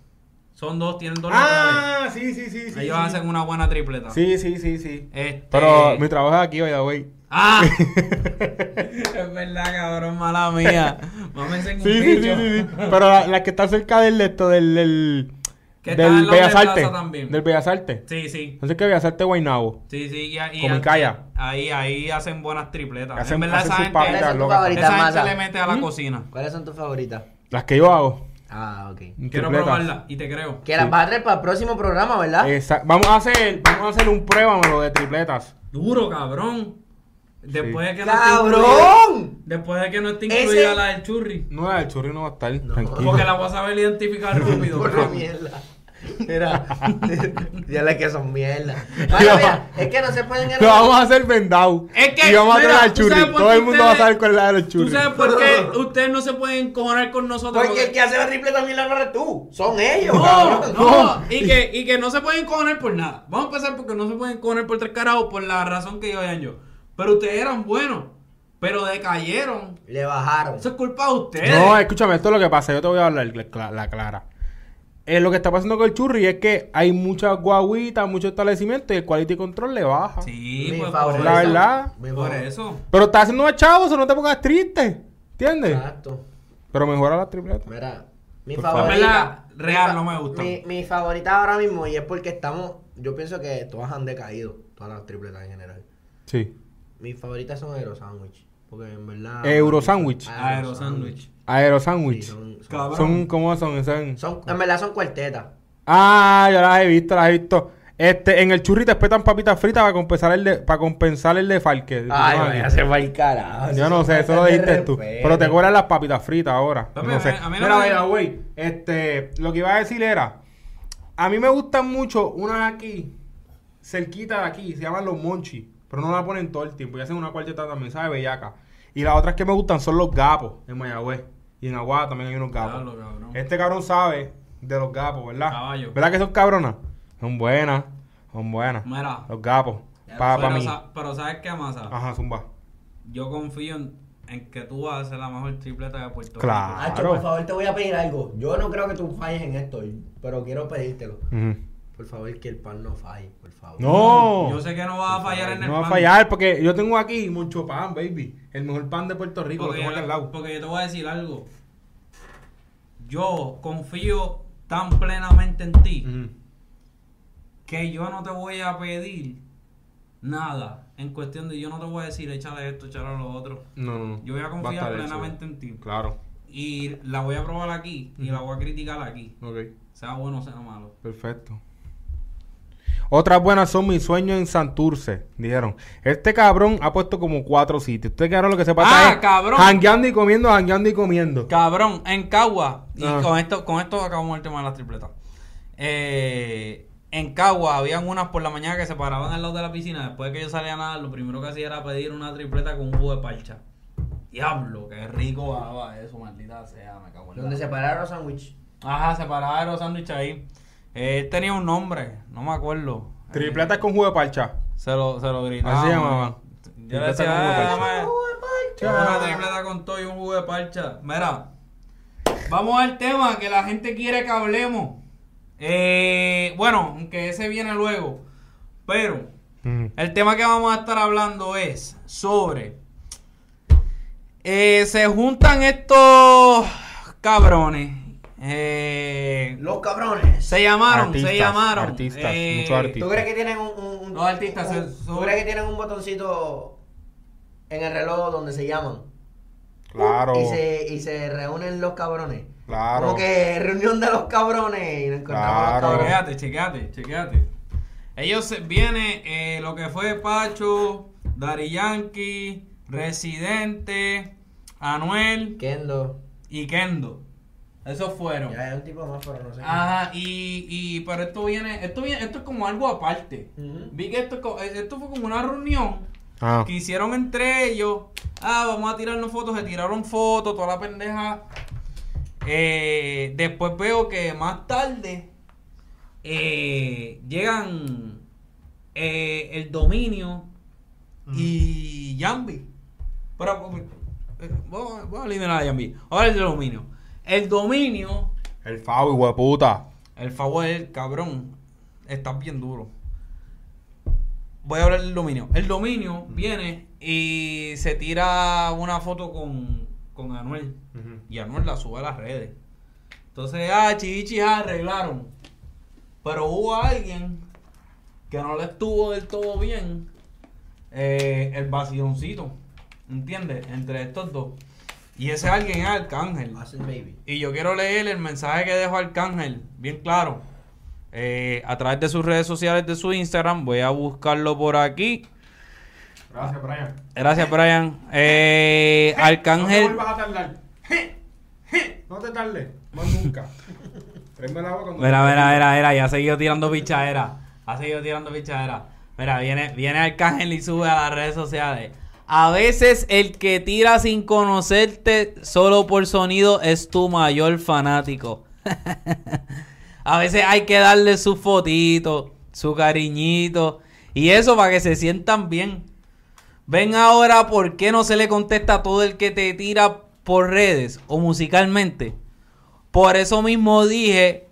A: Son dos, tienen dos locales.
D: Ah, sí, sí, sí, sí.
A: Ellos
D: sí.
A: hacen una buena tripleta.
D: Sí, sí, sí, sí.
A: Este-
D: Pero mi trabajo es aquí, vaya, güey.
A: ¡Ah! es verdad, cabrón, mala mía. Mámense en un
D: Sí, sí, sí,
A: bicho.
D: sí, sí. Pero la- las que están cerca del esto, del, del,
A: Que
D: del
A: está al lado de
D: Bellas
A: Plaza
D: Artes.
A: también.
D: Del Bellas Artes.
A: Sí, sí.
D: Entonces que Bellas Artes Guaynabo.
A: Sí, sí, y, ahí-
D: Con mi calla.
A: ahí, ahí hacen bunas tripletas.
D: Hacen,
A: en verdad,
D: hacen
A: esa
D: sus
A: gente,
C: Esa es
D: papitas
C: tu
D: locas.
C: favorita.
A: esa gente
C: masa.
A: le mete a la cocina.
C: ¿Cuáles son tus favoritas?
D: Las que yo hago.
C: Ah, ok.
A: Quiero
D: tripletas.
A: probarla y te creo.
C: Que las vas a traer para el próximo programa, ¿verdad?
D: Exacto. Vamos a hacer, vamos a hacer un pruébamelo de tripletas.
A: Duro, cabrón. Después de que no esté incluida-
C: ¡Cabrón!
A: después de que no esté
C: Ese-
A: incluida la del churri.
D: No, el churri no va a estar. Tranquilo.
A: Porque la vas a saber identificar rápido.
C: Por la
A: cabrón.
C: mierda. Mira, ya las que son mierda. Vaya, mira, es que no se pueden
D: Lo
C: ganar.
D: vamos a hacer vendado.
A: Es que,
D: y vamos a
A: mira,
D: traer al
A: ¿tú sabes
D: churri.
A: por
D: Todo
A: qué
D: el mundo va a
A: ustedes-
D: saber cuál es la del
A: ¿Tú
D: churri.
A: sabes por qué ustedes no se pueden cojonar con nosotros?
C: Porque el que hace la triple también la barra tú. Son ellos.
A: No,
C: cabrón.
A: no, y que, y que no se pueden cojonar por nada. Vamos a empezar porque no se pueden cojonar por tres carajos por la razón que yo vean yo. Pero ustedes eran buenos, pero decayeron.
C: Le bajaron.
A: Eso es culpa de ustedes.
D: No,
C: Eh.
D: escúchame, esto es lo que pasa. Yo te voy a hablar cl- cla- la, clara. Eh, lo que está pasando con el churri es que hay muchas guaguitas, muchos establecimientos y el quality control le baja.
A: Sí,
C: Mi
A: pues, por
C: favorito.
D: La
A: eso.
D: verdad.
C: Mi
A: Por
C: favorito.
A: eso.
D: Pero está haciendo más chavos, eso no te pongas triste. ¿Entiendes?
C: Exacto.
D: Pero mejora la tripleta.
C: Mira, mi
D: Por favor.
C: favorita.
A: En verdad, real,
C: mi fa-
A: no me gusta.
C: Mi, mi favorita ahora mismo, y es porque estamos. Yo pienso que todas han decaído, todas las tripletas en general.
D: Sí.
C: Mis favoritas son Euro Sandwich. Porque en verdad.
D: Euro Sandwich.
C: Aero
F: Aero sándwich.
D: Aero
C: Sí,
D: Sandwich.
C: son, son-
F: Cabrón.
D: son, ¿cómo son? Son-
C: son- en verdad son cuartetas.
D: Ah, yo las he visto, las he visto. Este, en el churri te espetan papitas fritas para compensar el de, para compensar el de Falque.
C: Ay,
D: No, eh.
C: vaya, se va el carajo.
D: Yo no sé, eso lo dijiste tú. Pero te cobran las papitas fritas ahora.
A: Papi,
D: Yo
A: a
D: no
A: mí-
D: sé.
A: a mí no
D: Mira,
A: me-
D: mira, güey. Este, lo que iba a decir era, a mí me gustan mucho unas aquí, cerquita de aquí, se llaman los monchi, pero no la ponen todo el tiempo. Y hacen una cuarteta también, sabe, bellaca. Y las otras que me gustan son los gapos en Mayagüez. Y en Aguada también hay unos gapos.
A: Diablo, cabrón.
D: Este cabrón sabe de los gapos, ¿verdad?
A: Caballo.
D: ¿Verdad que son cabronas? Son buenas, son buenas.
A: Mira.
D: Los gapos. Para
A: pero,
D: mí.
A: sa- pero ¿sabes qué, Masa?
D: Ajá, zumba.
A: Yo confío en, en que tú vas a hacer la mejor tripleta de Puerto
D: Claro.
C: Hacho, por favor, te voy a pedir algo. Yo no creo que tú falles en esto, pero quiero pedírtelo.
D: Ujú.
C: Por favor, que el pan no falle, por favor.
D: No.
A: Rico. Yo sé que no vas a fallar en el
D: No va a
A: pan,
D: fallar porque yo tengo aquí mucho pan, baby. El mejor pan de Puerto Rico, lo
A: Porque,
D: tengo aquí al lado.
A: porque yo te voy a decir algo. Yo confío tan plenamente en ti.
D: Ujú.
A: que yo no te voy a pedir nada en cuestión de yo no te voy a decir échale esto, échale lo otro.
D: No, no, no.
A: Yo voy a
D: Va
A: confiar
D: estar hecho,
A: plenamente
D: ya.
A: en ti.
D: Claro.
A: Y la voy a probar aquí y la voy a criticar aquí.
D: Ok,
A: Sea bueno o sea malo.
D: perfecto. Otras buenas son mis sueños en Santurce, dijeron. Este cabrón ha puesto como cuatro sitios. Usted cabrón lo que se pasa
A: Ah,
D: es
A: cabrón.
D: jangueando y comiendo, jangueando y comiendo.
A: Cabrón, en Cagua, y
D: Ah.
A: con esto, con esto acabamos el tema de las tripletas. Eh, en Cagua habían unas por la mañana que se paraban al lado de la piscina. Después de que yo salía a nadar, lo primero que hacía era pedir una tripleta con un jugo de parcha. Diablo, qué rico baba eso, maldita sea, me cago en la-
C: Donde se pararon los sándwiches.
A: Ajá, separaron los sándwiches ahí. Él tenía un nombre, no me acuerdo.
D: Tripletas con jugo de parcha.
A: Eh, se lo, se lo gritaba.
D: Así se llamaban.
A: Yo le
D: Tripleta
A: decía,
D: con jugo de parcha".
A: "Ah, dame una tripleta con todo y un jugo de parcha. Mira, vamos al tema que la gente quiere que hablemos. Eh, bueno, aunque ese viene luego. Pero,
D: Ujú.
A: El tema que vamos a estar hablando es sobre. eh, se juntan estos cabrones. eh,
C: Los cabrones.
A: se llamaron,
D: Artistas,
A: se llamaron. eh,
D: artistas, muchos artistas.
C: ¿Tú crees que tienen un. un- un-
A: Los artistas
C: un-
A: son-
C: ¿Tú crees que tienen un botoncito en el reloj donde se llaman?
D: Claro.
C: Y se, y se reúnen los cabrones.
D: Claro.
C: Como que reunión de los cabrones y nos encontramos
D: Claro.
C: los
A: Chequeate,
C: cabrones.
A: chequeate, chequeate. Ellos se- viene eh, lo que fue Pacho, Dari Yankee, Residente, Anuel
C: Kendo.
A: y Kendo. Esos fueron.
C: Ya es un tipo más, pero no sé.
A: Ajá, y, y pero esto viene, esto viene, esto es como algo aparte.
C: Ujú.
A: Vi que esto, es co- eh, esto fue como una reunión
D: Ah.
A: que hicieron entre ellos. Ah, vamos a tirarnos fotos, se tiraron fotos, toda la pendeja. Eh, después veo que más tarde eh, llegan eh, el dominio y Yambi. Pero eh, vamos a- vamos a eliminar a Yambi. Ahora el dominio. El dominio
D: El Fabo, hijo de puta.
A: el favor, cabrón. Estás bien duro. Voy a hablar del dominio. El dominio viene y se tira una foto con, con Anuel. Y Anuel la sube a las redes. Entonces, ah, chichi, arreglaron. Pero hubo alguien que no le estuvo del todo bien eh, el vaciloncito. ¿Entiendes? Entre estos dos. Y ese alguien es Arcángel.
C: Hacen baby.
A: Y yo quiero leer el mensaje que dejó Arcángel, bien claro. Eh, a través de sus redes sociales, de su Instagram, voy a buscarlo por aquí.
D: Gracias, Brian.
G: Gracias, Brian. Eh,
D: No te
G: Arcángel.
D: vuelvas a tardar. No te tardes. No nunca. Tráeme el agua cuando.
G: Mira, mira, mira, mira, ya ha seguido tirando pichadera. Ha seguido tirando pichadera. Mira, viene, viene Arcángel y sube a las redes sociales. A veces el que tira sin conocerte solo por sonido es tu mayor fanático. a veces hay que darle su fotito, su cariñito. Y eso para que se sientan bien. Ven ahora por qué no se le contesta a todo el que te tira por redes o musicalmente. Por eso mismo dije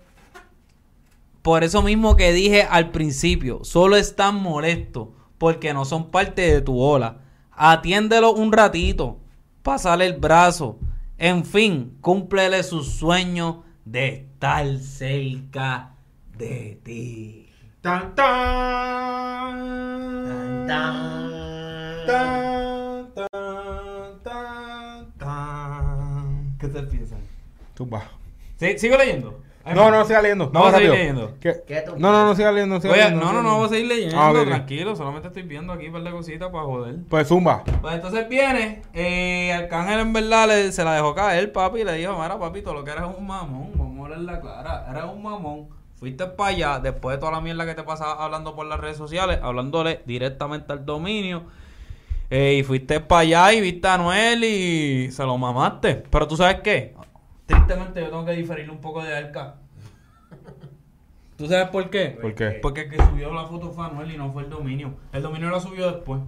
G: por eso mismo que dije al principio, solo están molestos porque no son parte de tu ola. Atiéndelo un ratito, pásale el brazo, en fin, cúmplele sus sueños de estar cerca de ti.
D: Tan, tan.
C: Tan.
D: Tan, tan, tan, tan.
A: ¿Qué te piensan?
D: Tumba.
A: Sí, ¿Sigo leyendo? Ay,
D: No,
A: madre.
D: no, siga leyendo.
A: Vamos a seguir
D: rápido.
A: leyendo.
D: ¿Qué?
C: ¿Qué tú
D: No, no, no, siga leyendo. siga
A: Oye,
D: leyendo,
A: no,
D: siga
A: no, no, vamos a
D: leyendo.
A: seguir leyendo,
D: Ah, ok, ok.
A: tranquilo. Solamente estoy viendo aquí un par de cositas para joder.
D: Pues zumba.
A: Pues entonces viene, eh, Arcángel en verdad le- se la dejó caer, papi, y le dijo, mira, papito, lo que eres es un mamón, vamos a hablarla clara, eres un mamón, fuiste para allá, después de toda la mierda que te pasaba hablando por las redes sociales, hablándole directamente al dominio, eh, y fuiste para allá y viste a Anuel y se lo mamaste. Pero tú sabes qué, tristemente yo tengo que diferir un poco de Arca. ¿Tú sabes por qué?
D: ¿Por qué?
A: Porque el que subió la foto fue Anuel y no fue el dominio. El dominio la subió después,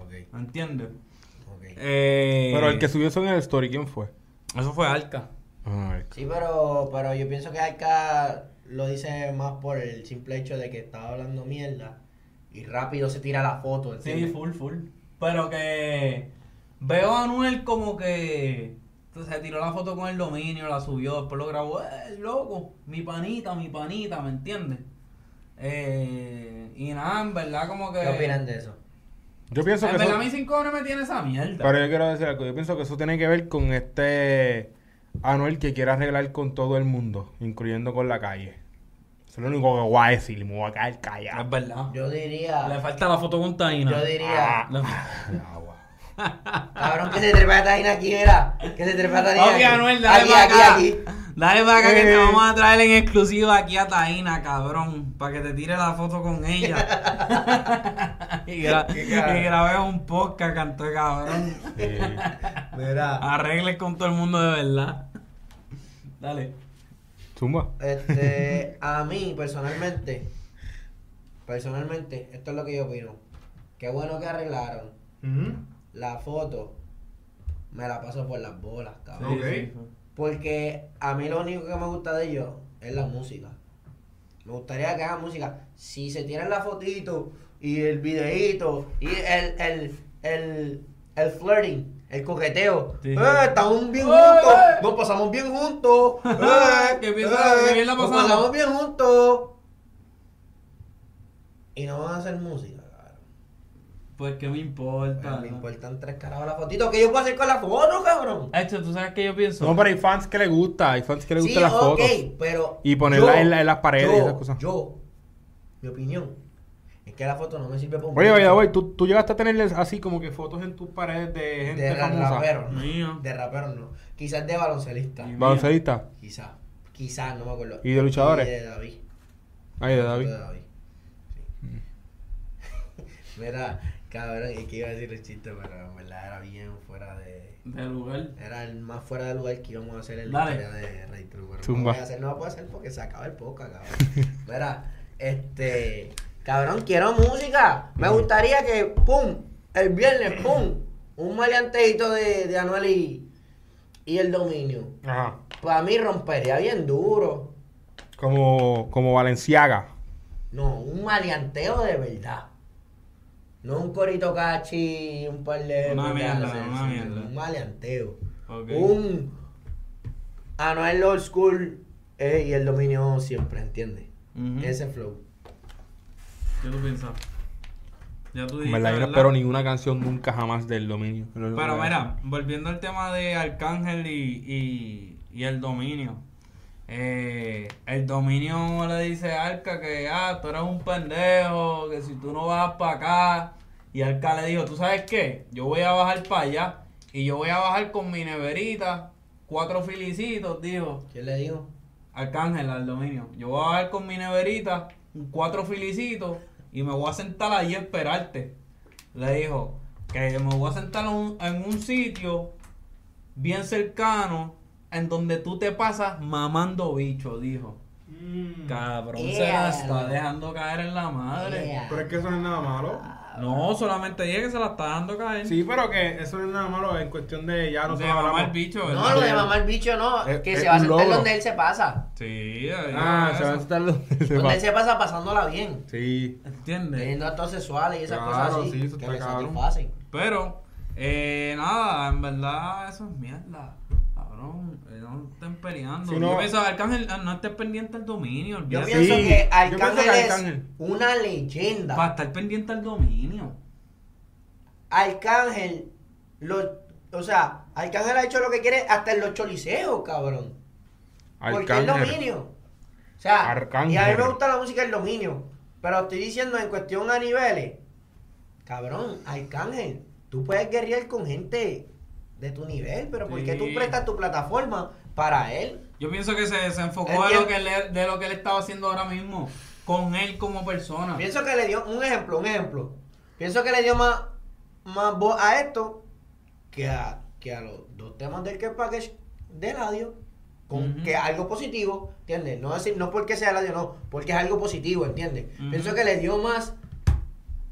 C: Ok,
A: ¿entiendes?
C: ok.
A: Eh,
D: Pero el que subió eso en el story, ¿quién fue?
A: Eso fue Arca.
D: Ay,
C: Sí, pero, pero yo pienso que acá lo dice más por el simple hecho de que estaba hablando mierda y rápido se tira la foto.
A: Sí,
C: ¿entiendes?
A: full, full. Pero que veo a Anuel como que se tiró la foto con el dominio, la subió, después lo grabó. Eh, loco, mi panita, mi panita, ¿me entiendes? Eh, y nada, en verdad como que...
C: ¿Qué opinan de eso?
D: Yo pienso
A: En
D: que
A: verdad
D: eso...
A: a mí sin cojones me tiene esa mierda.
D: Pero yo quiero decir algo. Yo pienso que eso tiene que ver con este Anuel que quiere arreglar con todo el mundo, incluyendo con la calle. Eso es lo único que voy a decir. Me voy a caer
A: Es
D: callado.
A: verdad.
C: Yo
A: Le
C: diría,
A: falta la Ah. foto con Taina.
C: yo diría,
A: Le-
D: Agua.
C: cabrón, que se trepa Taina aquí, era. Que se trepa Taina
A: Ok,
C: aquí.
A: Anuel, dale
C: aquí,
A: para
C: aquí,
A: acá.
C: aquí.
A: Dale para acá que te
D: Eh.
A: vamos a traer en exclusiva aquí a Taina, cabrón. Para que te tire la foto con ella. y, gra- y grabes un podcast, canto de cabrón.
D: Sí.
C: Mira,
A: Arregles con todo el mundo de verdad. Dale.
D: Zumba.
C: este, a mí personalmente, personalmente, esto es lo que yo opino. Qué bueno que arreglaron la foto. Me la paso por las bolas, cabrón.
D: Ok.
A: Sí, sí, sí.
C: Porque a mí lo único que me gusta de ellos es la música. Me gustaría que hagan música. Si se tienen la fotito y el videíto y el, el, el, el flirting, el coqueteo.
A: Sí.
C: ¡Eh, estamos bien
A: ¡Eh,
C: juntos!
A: eh!
C: ¡Nos pasamos bien juntos! ¡Eh,
A: Que bien la- que bien la
C: ¡Nos
A: pasamos!
C: pasamos bien juntos! Y no van a hacer música, cabrón.
A: Pues que me importa.
C: Me
A: ¿no?
C: importan tres carajos la fotito. ¿Qué yo puedo hacer con la foto, cabrón?
G: Hecho, ¿tú sabes qué yo pienso?
D: No, pero hay fans que le gusta, hay fans que le gustan las
C: ok,
D: fotos.
C: pero
D: Y ponerla en la- en las paredes y
C: yo-
D: esas cosas.
C: Yo, mi opinión, es que la foto no me sirve para un
D: Oye,
C: bicho
D: vaya, güey, ¿tú, tú llegaste a tenerles así como que fotos en tus paredes de gente
C: de ra-
D: famosa.
C: rapero.
A: Mío.
C: De rapero no. Quizás de baloncelista.
A: Y-
D: Baloncelista.
C: Quizás. Quizás, no me acuerdo.
D: ¿Y de luchadores?
C: Y de David.
D: Ay, de David.
C: De David. Sí.
D: Mm.
C: Mira, cabrón, es que iba a decir el chiste, pero en verdad era bien fuera de.
A: De lugar.
C: Era el más fuera de lugar que íbamos a hacer en la
A: Dale.
C: historia de Rey True. pero
D: Zumba.
C: No lo voy a hacer, no lo puedo hacer porque se acaba el poca, cabrón. Mira, este. Cabrón, quiero música. Me gustaría que, pum, el viernes, pum, un maleanteito de, de Anuel y, y el dominio.
D: Ajá.
C: Para mí rompería bien duro.
D: Como, como Valenciaga.
C: No, un maleanteo de verdad. No un corito cachi, un par de.
A: Una mierda,
C: sí,
A: una
C: sí,
A: mierda.
C: Un maleanteo.
A: Ok.
C: Un Anuel Old School eh, y el dominio siempre, ¿entiendes?
A: Ujú.
C: Ese flow.
A: ¿Qué tú piensas? Ya tú
D: En
A: dijiste,
D: verdad, yo no
A: ¿verdad?
D: espero ninguna canción nunca jamás del dominio.
A: Pero mira, volviendo al tema de Arcángel y, y, y el dominio. Eh, el dominio le dice a Arca que ah, tú eres un pendejo, que si tú no vas para acá. Y Arca le dijo, ¿tú sabes qué? Yo voy a bajar para allá y yo voy a bajar con mi neverita, cuatro filicitos, dijo.
C: ¿Quién le dijo?
A: Arcángel al dominio. Yo voy a bajar con mi neverita, cuatro filicitos, y me voy a sentar ahí a esperarte. Le dijo que me voy a sentar en un, en un sitio bien cercano en donde tú te pasas mamando bicho, dijo. Cabrón, se la
C: Yeah.
A: está dejando caer en la madre.
C: Yeah.
D: Pero es que eso no es nada malo.
A: No, solamente ella que se la está dando caer.
D: Sí, pero que eso no es nada malo en cuestión de ya
A: de
D: nosotros
A: mamar
D: hablamos.
A: bicho, ¿verdad?
C: No, lo de mamar bicho no.
D: Es-
C: que
D: es
C: se va a
D: Eh, un
C: sentar
D: logro.
C: donde él se pasa.
A: Sí, ahí
D: Ah,
A: va
D: se va a
A: eso.
D: estar donde se
C: Donde él
D: pasa.
C: se pasa pasándola bien.
D: Sí.
A: ¿Entiendes?
C: Teniendo actos sexuales y esas
D: Claro,
C: cosas así.
D: sí, eso
C: que
D: está
C: me
D: cabrón.
C: satisfacen.
A: Pero, eh, nada, en verdad eso es mierda. Cabrón, eh, no estén peleando.
D: Si no-
A: Yo pensaba, Arcángel, ah, no estés pendiente al dominio.
C: Yo
A: olvídate.
C: pienso
D: Sí,
C: que
D: yo pienso
C: Arcángel
D: que
C: es
D: Arcángel.
C: una leyenda.
A: Para estar pendiente al dominio.
C: Arcángel, lo, o sea, Arcángel ha hecho lo que quiere hasta en los choliseos, cabrón. Porque es
D: Arcángel.
C: dominio. O sea,
D: Arcángel.
C: y a mí me gusta la música del dominio. Pero estoy diciendo en cuestión a niveles, cabrón, Arcángel, tú puedes guerrear con gente de tu nivel, pero ¿por qué
A: Sí.
C: tú prestas tu plataforma para él?
A: Yo pienso que se, se
C: Él
A: enfocó de lo,
C: tiene-
A: que él, de lo que él estaba haciendo ahora mismo. Con él como persona.
C: Pienso que le dio un ejemplo, un ejemplo. Pienso que le dio más, más voz a esto que a, que a los dos temas del que package de radio. Con
A: Ujú.
C: que algo positivo, ¿entiendes? No decir, no porque sea radio, no, porque es algo positivo, ¿entiendes?
A: Ujú.
C: Pienso que le dio más,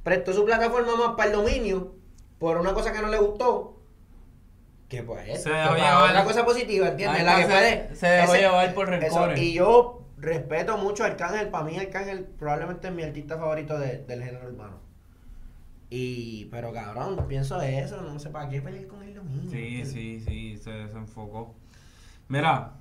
C: prestó su plataforma más para el dominio, por una cosa que no le gustó, que pues
A: Se
C: que
A: dejó
C: para
A: llevar.
C: Una cosa positiva, ¿entiendes?
A: Ahí
C: La que
A: está, se-
C: puede.
A: se dejó
C: ese-
A: llevar por
C: eso,
A: rencores.
C: Y yo respeto mucho a Arcángel, para mí Arcángel probablemente es mi artista favorito de- del género urbano. Y, pero cabrón, pienso eso, no sé para qué pelear con el dominio.
A: Sí, sí, sí, se, se enfocó. Mira,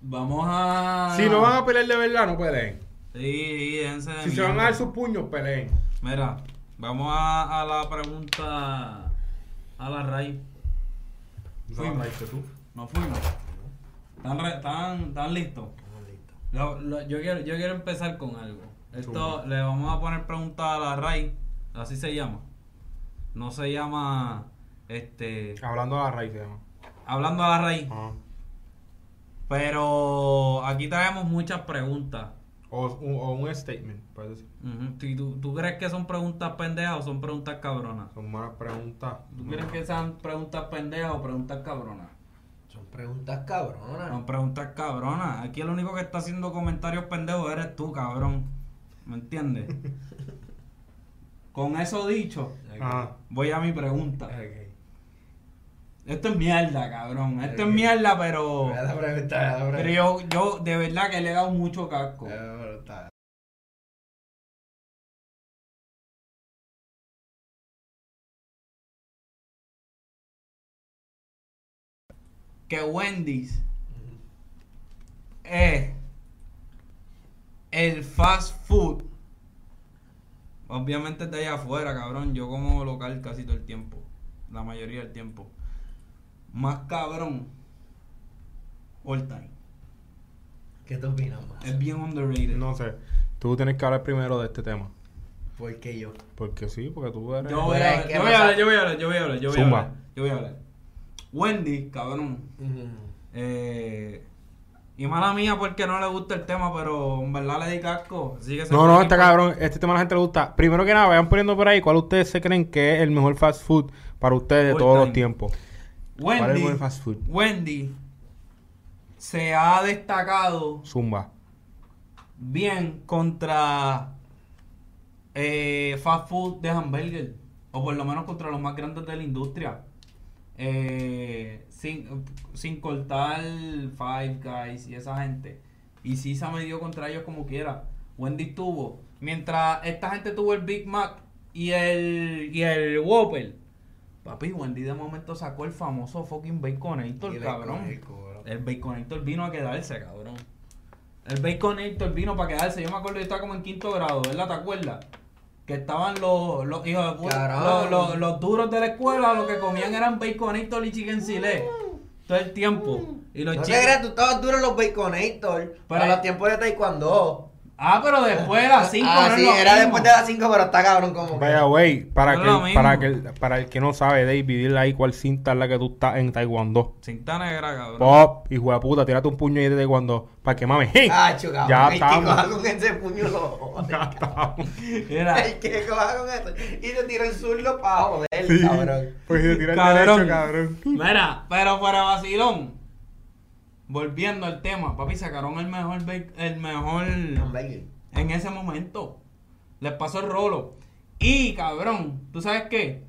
A: vamos a.
D: Si no van a pelear de verdad, no peleen.
A: Sí, sí, déjense de
D: Si se van a
A: mierda.
D: dar sus puños, peleen.
A: Mira, vamos a, a la pregunta a la raíz. Fuimos. Nos fuimos. ¿Están, re- están- están listos? Lo- lo- yo, quiero, yo quiero empezar con algo. Esto le vamos a poner pregunta a la raíz. Así se llama. No se llama este
D: Hablando a la raíz, se llama.
A: hablando a la raíz.
D: Ajá.
A: Pero aquí traemos muchas preguntas.
D: O, un- o un statement, puedes decir.
A: Ujú. ¿Tú- tú, tú crees que son preguntas pendejas o son preguntas cabronas?
D: Son malas preguntas.
A: ¿Tú crees que sean preguntas pendejas o preguntas cabronas?
C: Son preguntas cabronas.
A: Son preguntas cabronas. Aquí el único que está haciendo comentarios pendejos eres tú, cabrón. ¿Me entiendes? Con eso dicho,
D: Ajá.
A: voy a mi pregunta.
C: Eh.
D: Ok.
A: Esto es mierda, cabrón. Esto es
C: Ok.
A: mierda, pero.
C: eh, Era la pregunta, era la
A: Pero
C: pregunta. Eh.
A: yo, yo de verdad que le he dado mucho casco.
C: Era la pregunta.
A: que Wendy's es el fast food. Obviamente está allá afuera, cabrón. Yo como local casi todo el tiempo. La mayoría del tiempo. Más cabrón. All time.
C: ¿Qué te opinas, más?
A: Es bien underrated.
D: No sé. Tú tienes que hablar primero de este tema.
C: ¿Por qué yo?
D: Porque sí, porque tú eres.
A: Yo voy
C: Pero
A: a hablar,
C: es que
A: yo
C: no
A: voy a
C: sabe.
A: hablar, yo voy a hablar, yo voy a hablar, yo voy a
D: Zumba.
A: hablar. Yo voy a hablar. Wendy, cabrón. Eh, y mala mía porque no le gusta el tema, pero en verdad le di casco. Así que se
D: No,
A: fue
D: no,
A: el
D: está
A: tipo.
D: cabrón. Este tema a la gente le gusta. Primero que nada, vayan poniendo por ahí cuál ustedes se creen que es el mejor fast food para ustedes de
A: All
D: todos
A: time.
D: los tiempos. ¿Cuál es el
A: Wendy,
D: buen fast food?
A: Wendy se ha destacado
D: Zumba.
A: bien contra eh, fast food de hamburger. O por lo menos contra los más grandes de la industria. Eh, sin, sin cortar Five Guys y esa gente. Y sí se me dio contra ellos como quiera. Wendy tuvo. Mientras esta gente tuvo el Big Mac y el, y el Whopper. Papi, Wendy de momento sacó el famoso fucking Baconator, cabrón. El Baconator vino a quedarse, cabrón. El Baconator vino para quedarse. Yo me acuerdo, yo estaba como en quinto grado, ¿verdad? ¿Te acuerdas? Que estaban los, los hijos de puta,
C: Cabrón.
A: los, los- los duros de la escuela, lo que comían eran Baconator y chicken fillet. Todo el tiempo. Y los
C: No te
A: chicken-
C: creas, tú estabas duro en los Baconator. Para
A: Para-
C: los tiempos de Taekwondo.
A: Ah, pero después de las 5
C: Ah, sí, era después de las 5, pero está cabrón como que.
D: Vaya, güey, para,
A: No es lo
D: que,
A: mismo.
D: para, que, para el que no sabe, David, dile ahí cuál cinta es la que tú estás en Taekwondo.
A: Cinta negra, cabrón.
D: Pop, hijo de puta, tírate un puño ahí de Taekwondo para que mames. ¡Hey!
C: Ah, chocado.
D: Ya
C: el que
D: estamos.
C: coja con ese puño lo jode.
A: Era-
C: El que coja con ese. Y se tira el zurdo para joder,
D: Sí,
C: cabrón.
D: Pues se tira el
A: Cabrón.
D: derecho, cabrón.
A: Mira, pero para vacilón. Volviendo al tema, papi, sacaron el mejor ba- el mejor
C: Hamburger.
A: en ese momento. Les pasó el rolo. Y cabrón, ¿tú sabes qué?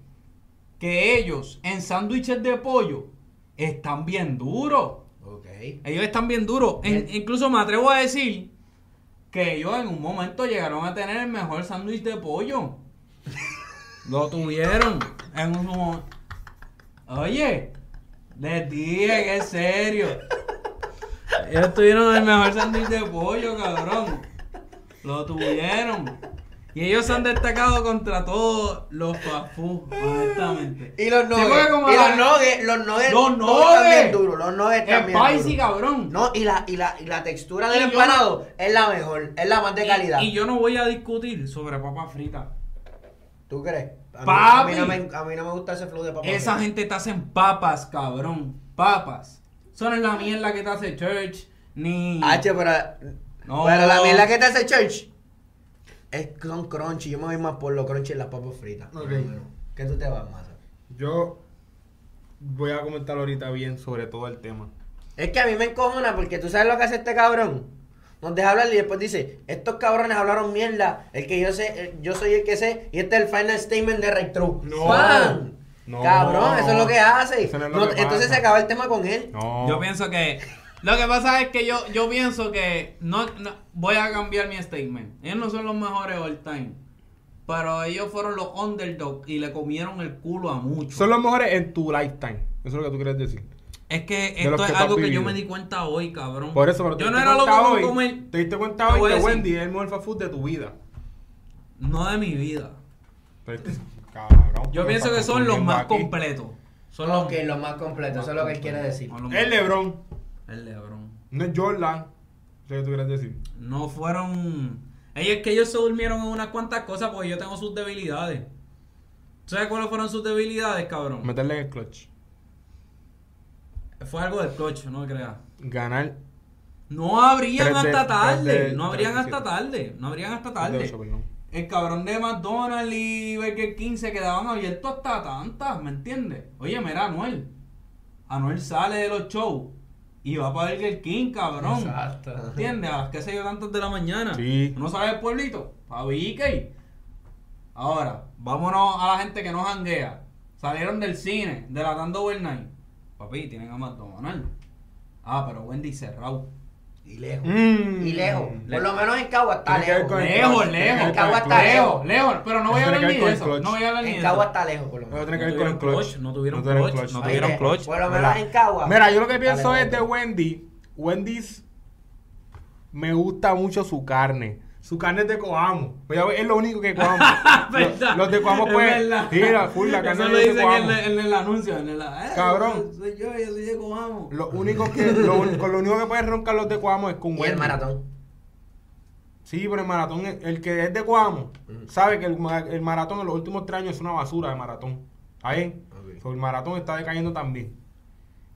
A: Que ellos en sándwiches de pollo están bien duros.
C: Ok.
A: Ellos están bien duros. En-
C: Bien.
A: incluso me atrevo a decir que ellos en un momento llegaron a tener el mejor sándwich de pollo. Lo tuvieron en un mo- Oye, les dije que es serio. Ellos tuvieron el mejor sándwich de pollo, cabrón. Lo tuvieron. Y ellos se han destacado contra todos los fast food, honestamente.
C: Y los
A: Sí,
C: nuggets.
A: porque como
C: y
A: la-
C: los nuggets. Los nuggets.
A: Los
C: todos están bien
A: nuggets.
C: duros. Los nuggets también.
A: Spicy, cabrón.
C: No, y la, y la, y la textura del
A: Y yo
C: empanado es la mejor. Es la más de
A: Y-
C: calidad.
A: Y, yo no voy a discutir sobre papas fritas.
C: ¿Tú crees? A mí,
A: Papi.
C: a mí no me, a mí no me gusta ese flow de papá.
A: Esa gente te hacen papas, cabrón. Papas. Eso no es la mierda que te hace Church, ni...
C: H, Ah, pero,
A: No.
C: pero la mierda que te hace Church es, son crunchy. Yo me voy más por los crunchy y las papas fritas.
D: Ok.
C: ¿Qué tú te vas más?
D: Yo voy a comentar ahorita bien sobre todo el tema.
C: Es que a mí me encojona porque tú sabes lo que hace este cabrón. Nos deja hablar y después dice, estos cabrones hablaron mierda, el que yo sé, el- yo soy el que sé, y este es el final statement de Ray True.
D: No.
C: ¡Pam!
D: No.
C: Cabrón, eso es lo que hace.
D: Eso no es lo
C: No,
D: que
C: entonces
D: pasa.
C: se acaba el tema con él.
D: No.
A: Yo pienso que... Lo que pasa es que yo, yo pienso que... No, no- voy a cambiar mi statement. Ellos no son los mejores all time. Pero ellos fueron los underdogs y le comieron el culo a muchos.
D: Son los mejores en tu lifetime. Eso es lo que tú quieres decir.
A: Es que
D: los
A: esto es
D: que tú has
A: algo que yo
D: vivido.
A: me di cuenta hoy, cabrón.
D: Por eso, pero te
A: yo no
D: diste
A: era loco
D: cuenta
A: con
D: hoy-
A: comer...
D: Te diste
A: Te
D: cuenta
A: voy
D: hoy
A: a
D: que
A: decir.
D: Wendy es el mejor fast food de tu vida.
A: No de mi vida.
D: Pero es que, cabrón,
A: Yo
D: el
A: pienso
D: fast
A: que
D: food
A: son los
D: bien
A: más
D: aquí.
A: completos. Son los
C: que lo más completo, eso es lo que él quiere decir.
A: Son los más-
D: El LeBron,
A: El Lebron.
D: no es Jordan. Eso es lo que tú quieres decir.
A: No fueron. Ey, es que ellos se durmieron en unas cuantas cosas porque yo tengo sus debilidades. ¿Sabes cuáles fueron sus debilidades, cabrón?
D: Meterle en el clutch.
A: Fue algo del coche, no creas.
D: Ganar
A: No abrían
D: Tres de-
A: hasta
D: tres de-
A: tarde. No
D: tres
A: abrían
D: de
A: hasta
D: siete.
A: tarde. No abrían hasta
D: de
A: tarde.
D: ocho, perdón.
A: El cabrón de McDonald's y Burger King se quedaban abiertos hasta tantas, ¿me entiendes? Oye, mira, Anuel. Anuel sale de los shows y va para Burger King, cabrón.
C: Exacto.
A: ¿Me entiendes? A las que se yo tantas de la mañana.
D: Sí.
A: ¿No sabes el pueblito? Pa' Vicky. Ahora, vámonos a la gente que no janguea. Salieron del cine, de la Tando Night. Papi, tienen a McDonald's. Ah, pero Wendy cerrado.
C: Y lejos.
D: Mm.
C: Y lejos. Por
A: Lejos.
C: lo menos en Cagua está
D: Tiene que ver
C: lejos.
D: con el
A: Lejos,
D: clutch,
A: lejos.
D: tiene que ver con el
C: Está
D: clutch.
C: lejos.
A: Lejos, lejos. Pero no voy a
D: Tiene que
A: hablar
D: ver
A: ni
D: con
A: de
D: el
A: eso.
D: clutch.
A: No voy a hablar ni de
C: En Cagua
A: eso.
C: está lejos, por lo menos.
D: No tiene que ver
A: No
D: con el
A: tuvieron
D: clutch.
A: clutch, no tuvieron clutch, no
D: Ahí
A: tuvieron
D: está.
A: clutch.
C: Por lo menos
D: ¿Verdad?
C: en Cagua.
D: Mira, yo lo que pienso
C: Dale,
D: es de
C: dale.
D: Wendy. Wendy's me gusta mucho su carne. Su carne es de Coamo. Pues ya ves, Es lo único que Coamo. los,
A: ¿Verdad?
D: los de Coamo
A: Es
D: pues.
A: verdad.
D: Mira, full la carne
A: Eso lo
D: es de
A: dicen en
D: Coamo.
A: el, en el anuncio. En el, eh,
D: Cabrón.
A: Soy yo, yo soy de Coamo.
D: Lo único que lo, un- con lo único que pueden roncar los de Coamo es con
C: Y
D: Wendy.
C: el maratón.
D: Sí, pero el maratón, el el que es de Coamo,
A: Mm.
D: sabe que el, ma- el maratón en los últimos tres años es una basura de maratón. Ahí,
C: Ok.
D: so, el maratón está decayendo también.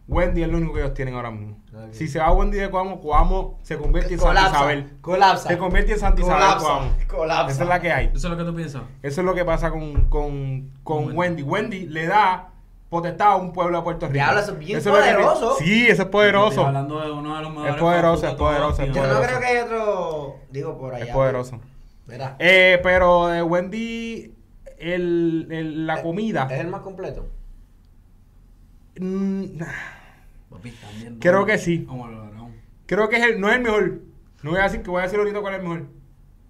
D: Wendy es lo único que ellos tienen ahora mismo.
C: Ok.
D: Si se va Wendy de Coamo, Coamo se convierte en Santa Isabel.
C: Colapsa.
D: Se convierte en Santa Isabel, Coamo.
C: Colapsa. Colapsa.
D: Esa es la que hay.
A: Eso es lo que tú piensas.
D: Eso es lo que pasa con, con, con
A: Con
D: Wendy. Wendy le da potestad a un pueblo de Puerto Rico.
C: Diablo, eso es bien
D: lo que-
C: poderoso.
D: sí, eso es
A: Estoy
D: poderoso.
A: hablando de uno de los mejores. fast
D: poderoso,
A: food
D: es poderoso,
A: de
D: es
A: todos los tiempos.
C: Yo no
D: poderoso.
C: creo que hay otro. Digo, por allá.
D: Es poderoso.
C: Mira.
D: Eh, pero de Wendy, el, el- la comida,
C: Eh, Es el más completo.
D: mm,
A: Papi, también,
D: Creo
A: ¿no?
D: que sí.
A: Como lo lograron.
D: creo que es el, no es el mejor. No voy a decir que voy a decir ahorita cuál es el mejor.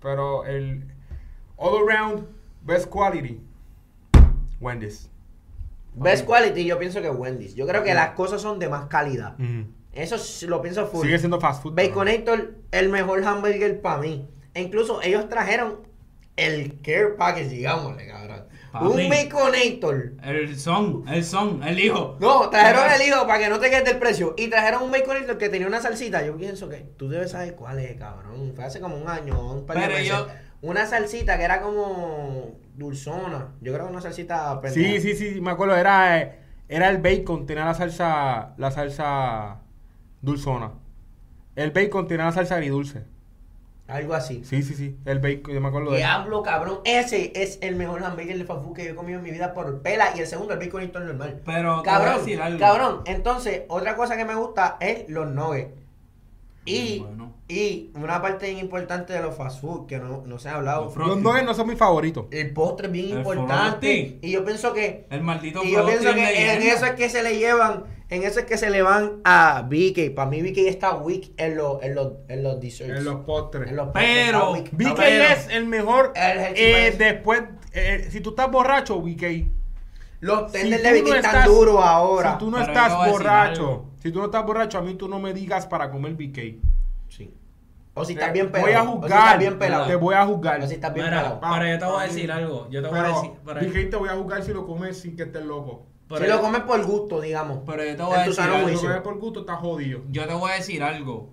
D: Pero el all around best quality, Wendy's.
C: Best quality, yo pienso que Wendy's. Yo creo que las cosas son de más calidad.
D: Mm.
C: Eso s- lo pienso full.
D: Sigue siendo fast food. pero-
C: Baconator, el mejor hamburger para mí. E incluso ellos trajeron el care package, digámosle, cabrón.
A: Pa'
C: un
A: mí.
C: Baconator.
A: El son, el son, el hijo.
C: No, trajeron el hijo para que no te quedes del precio. Y trajeron un Baconator que tenía una salsita. Yo pienso que tú debes saber cuál es, cabrón. Fue hace como un año, un par de
A: Pero
C: meses.
A: yo-
C: Una salsita que era como dulzona. Yo creo que una salsita
D: Sí, sí, sí, me acuerdo. Era, eh, era el bacon, tenía la salsa, la salsa dulzona. El bacon tenía la salsa agridulce.
C: Algo así.
D: Sí, sí, sí. El bacon, yo me acuerdo de eso.
C: Diablo, cabrón. Ese es el mejor hamburger de fast food que yo he comido en mi vida por pela. Y el segundo, el Baconator normal.
A: Pero te voy a
C: Cabrón,
A: decir algo.
C: cabrón. Entonces, otra cosa que me gusta es los nuggets. Y,
A: Bueno.
C: y una parte bien importante de los fast food que no, no se ha hablado.
A: Los fro-
D: Los nuggets no son mis favoritos.
C: El postre es bien
A: El
C: importante.
A: frosty.
C: Y yo pienso que.
A: El maldito
C: Y yo
A: Frosty
C: pienso
A: es
C: que en
A: leyenda.
C: eso es que se le llevan. En eso es que se le van a BK. Para mí, BK está weak en los, en los, en los desserts.
D: En los postres.
C: En los postres,
A: Pero,
C: está weak.
D: BK
A: Pero-
D: es el mejor.
C: El Healthy
D: eh,
C: Fresh.
D: después, eh, si tú estás borracho, BK.
C: Los
D: Si
C: tenders
D: tú
C: de BK
D: no
C: están
D: estás-
C: duros ahora.
D: Si tú no
A: Pero
D: estás
A: yo voy a decir
D: borracho,
A: algo.
D: si tú no estás borracho, a mí tú no me digas para comer BK.
C: Sí. O si
D: Te
C: estás bien pelado.
D: voy a
C: O si estás
D: juzgar.
C: bien pelado.
D: Te voy a juzgar.
C: O si estás bien
A: Mira,
C: pelado.
A: para yo te voy a decir algo. Yo te voy a
D: Pero
A: decir. para-
D: BK te voy a juzgar si lo comes sin que estés loco.
A: para-
C: si lo comes por gusto, digamos.
A: Pero yo te voy a
C: en tu
A: decir
C: sano
A: algo.
D: Si lo
C: juicio.
D: comes por gusto, estás jodido.
A: Yo te voy a decir algo.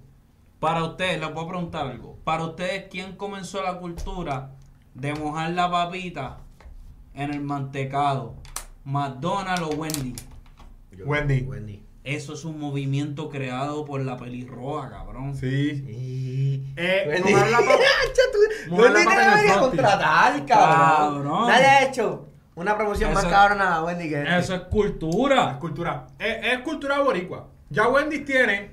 A: Para ustedes, les voy a preguntar algo. Para ustedes, ¿quién comenzó la cultura de mojar la papita en el mantecado? ¿McDonald's o Wendy?
C: Yo-
D: Wendy.
C: Wendy.
A: Eso es un movimiento creado por la pelirroja, cabrón.
D: Sí.
C: Y-
D: Eh,
C: Wendy.
D: mojar la papa-
C: Hacho, tú-
D: Mojar la
C: Wendy te
D: papa en el
C: debería
D: frosting.
C: contratar, cabrón.
A: Cabrón.
C: Nadie ha hecho una promoción más
A: Eso-
C: cabrona a Wendy que este. esta.
A: Eso es
D: Es
A: cultura.
D: cultura. Es, es cultura boricua. Ya Wendy tiene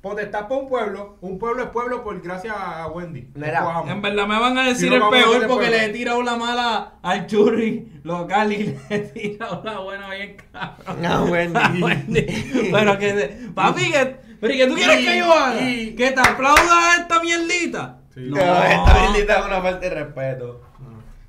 D: potestad para un pueblo. Un pueblo es pueblo por gracias a Wendy.
C: Mira,
D: Cojamos.
A: En verdad me van a decir
D: Si no,
A: el
D: vamos a
A: peor
D: hacer
A: porque
D: después.
A: le he tirado la mala al churri local y le he tirado la buena bien cabrón.
C: No,
D: Ah,
C: Wendy.
A: Wendy. Pero que se- papi, que, pero ¿y que tú quieres que yo haga?
D: y-
A: que te aplauda esta mierdita.
D: Sí.
C: No, esta bendita es una falta de respeto.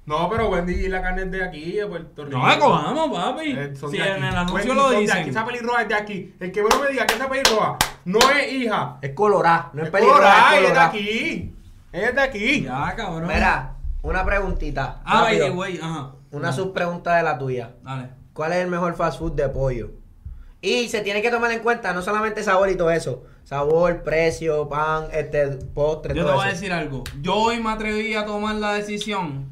D: No, pero Wendy la carne es de aquí, de Puerto Rico.
A: No la cojamos, papi.
D: Eh, son
A: si
D: de
A: en
D: aquí.
A: el anuncio
D: Wendy
A: lo
D: son de aquí.
A: dicen.
D: Esa pelirroja es de aquí. El que bueno me diga que esa pelirroja no es hija.
C: Es colorá, no es,
D: es
C: peligro, es
D: colorada, ella es de
C: colorá.
D: aquí. Ella es de aquí.
A: Ya, cabrón.
C: Mira, una preguntita.
A: Ah,
C: rápido.
A: by the way, ajá.
C: Una subpregunta de la tuya.
A: Dale.
C: ¿Cuál es el mejor fast food de pollo? Y se tiene que tomar en cuenta no solamente sabor y todo eso. Sabor, precio, pan, este postre,
A: Yo te
C: todo
A: voy a
C: eso.
A: decir algo. Yo hoy me atreví a tomar la decisión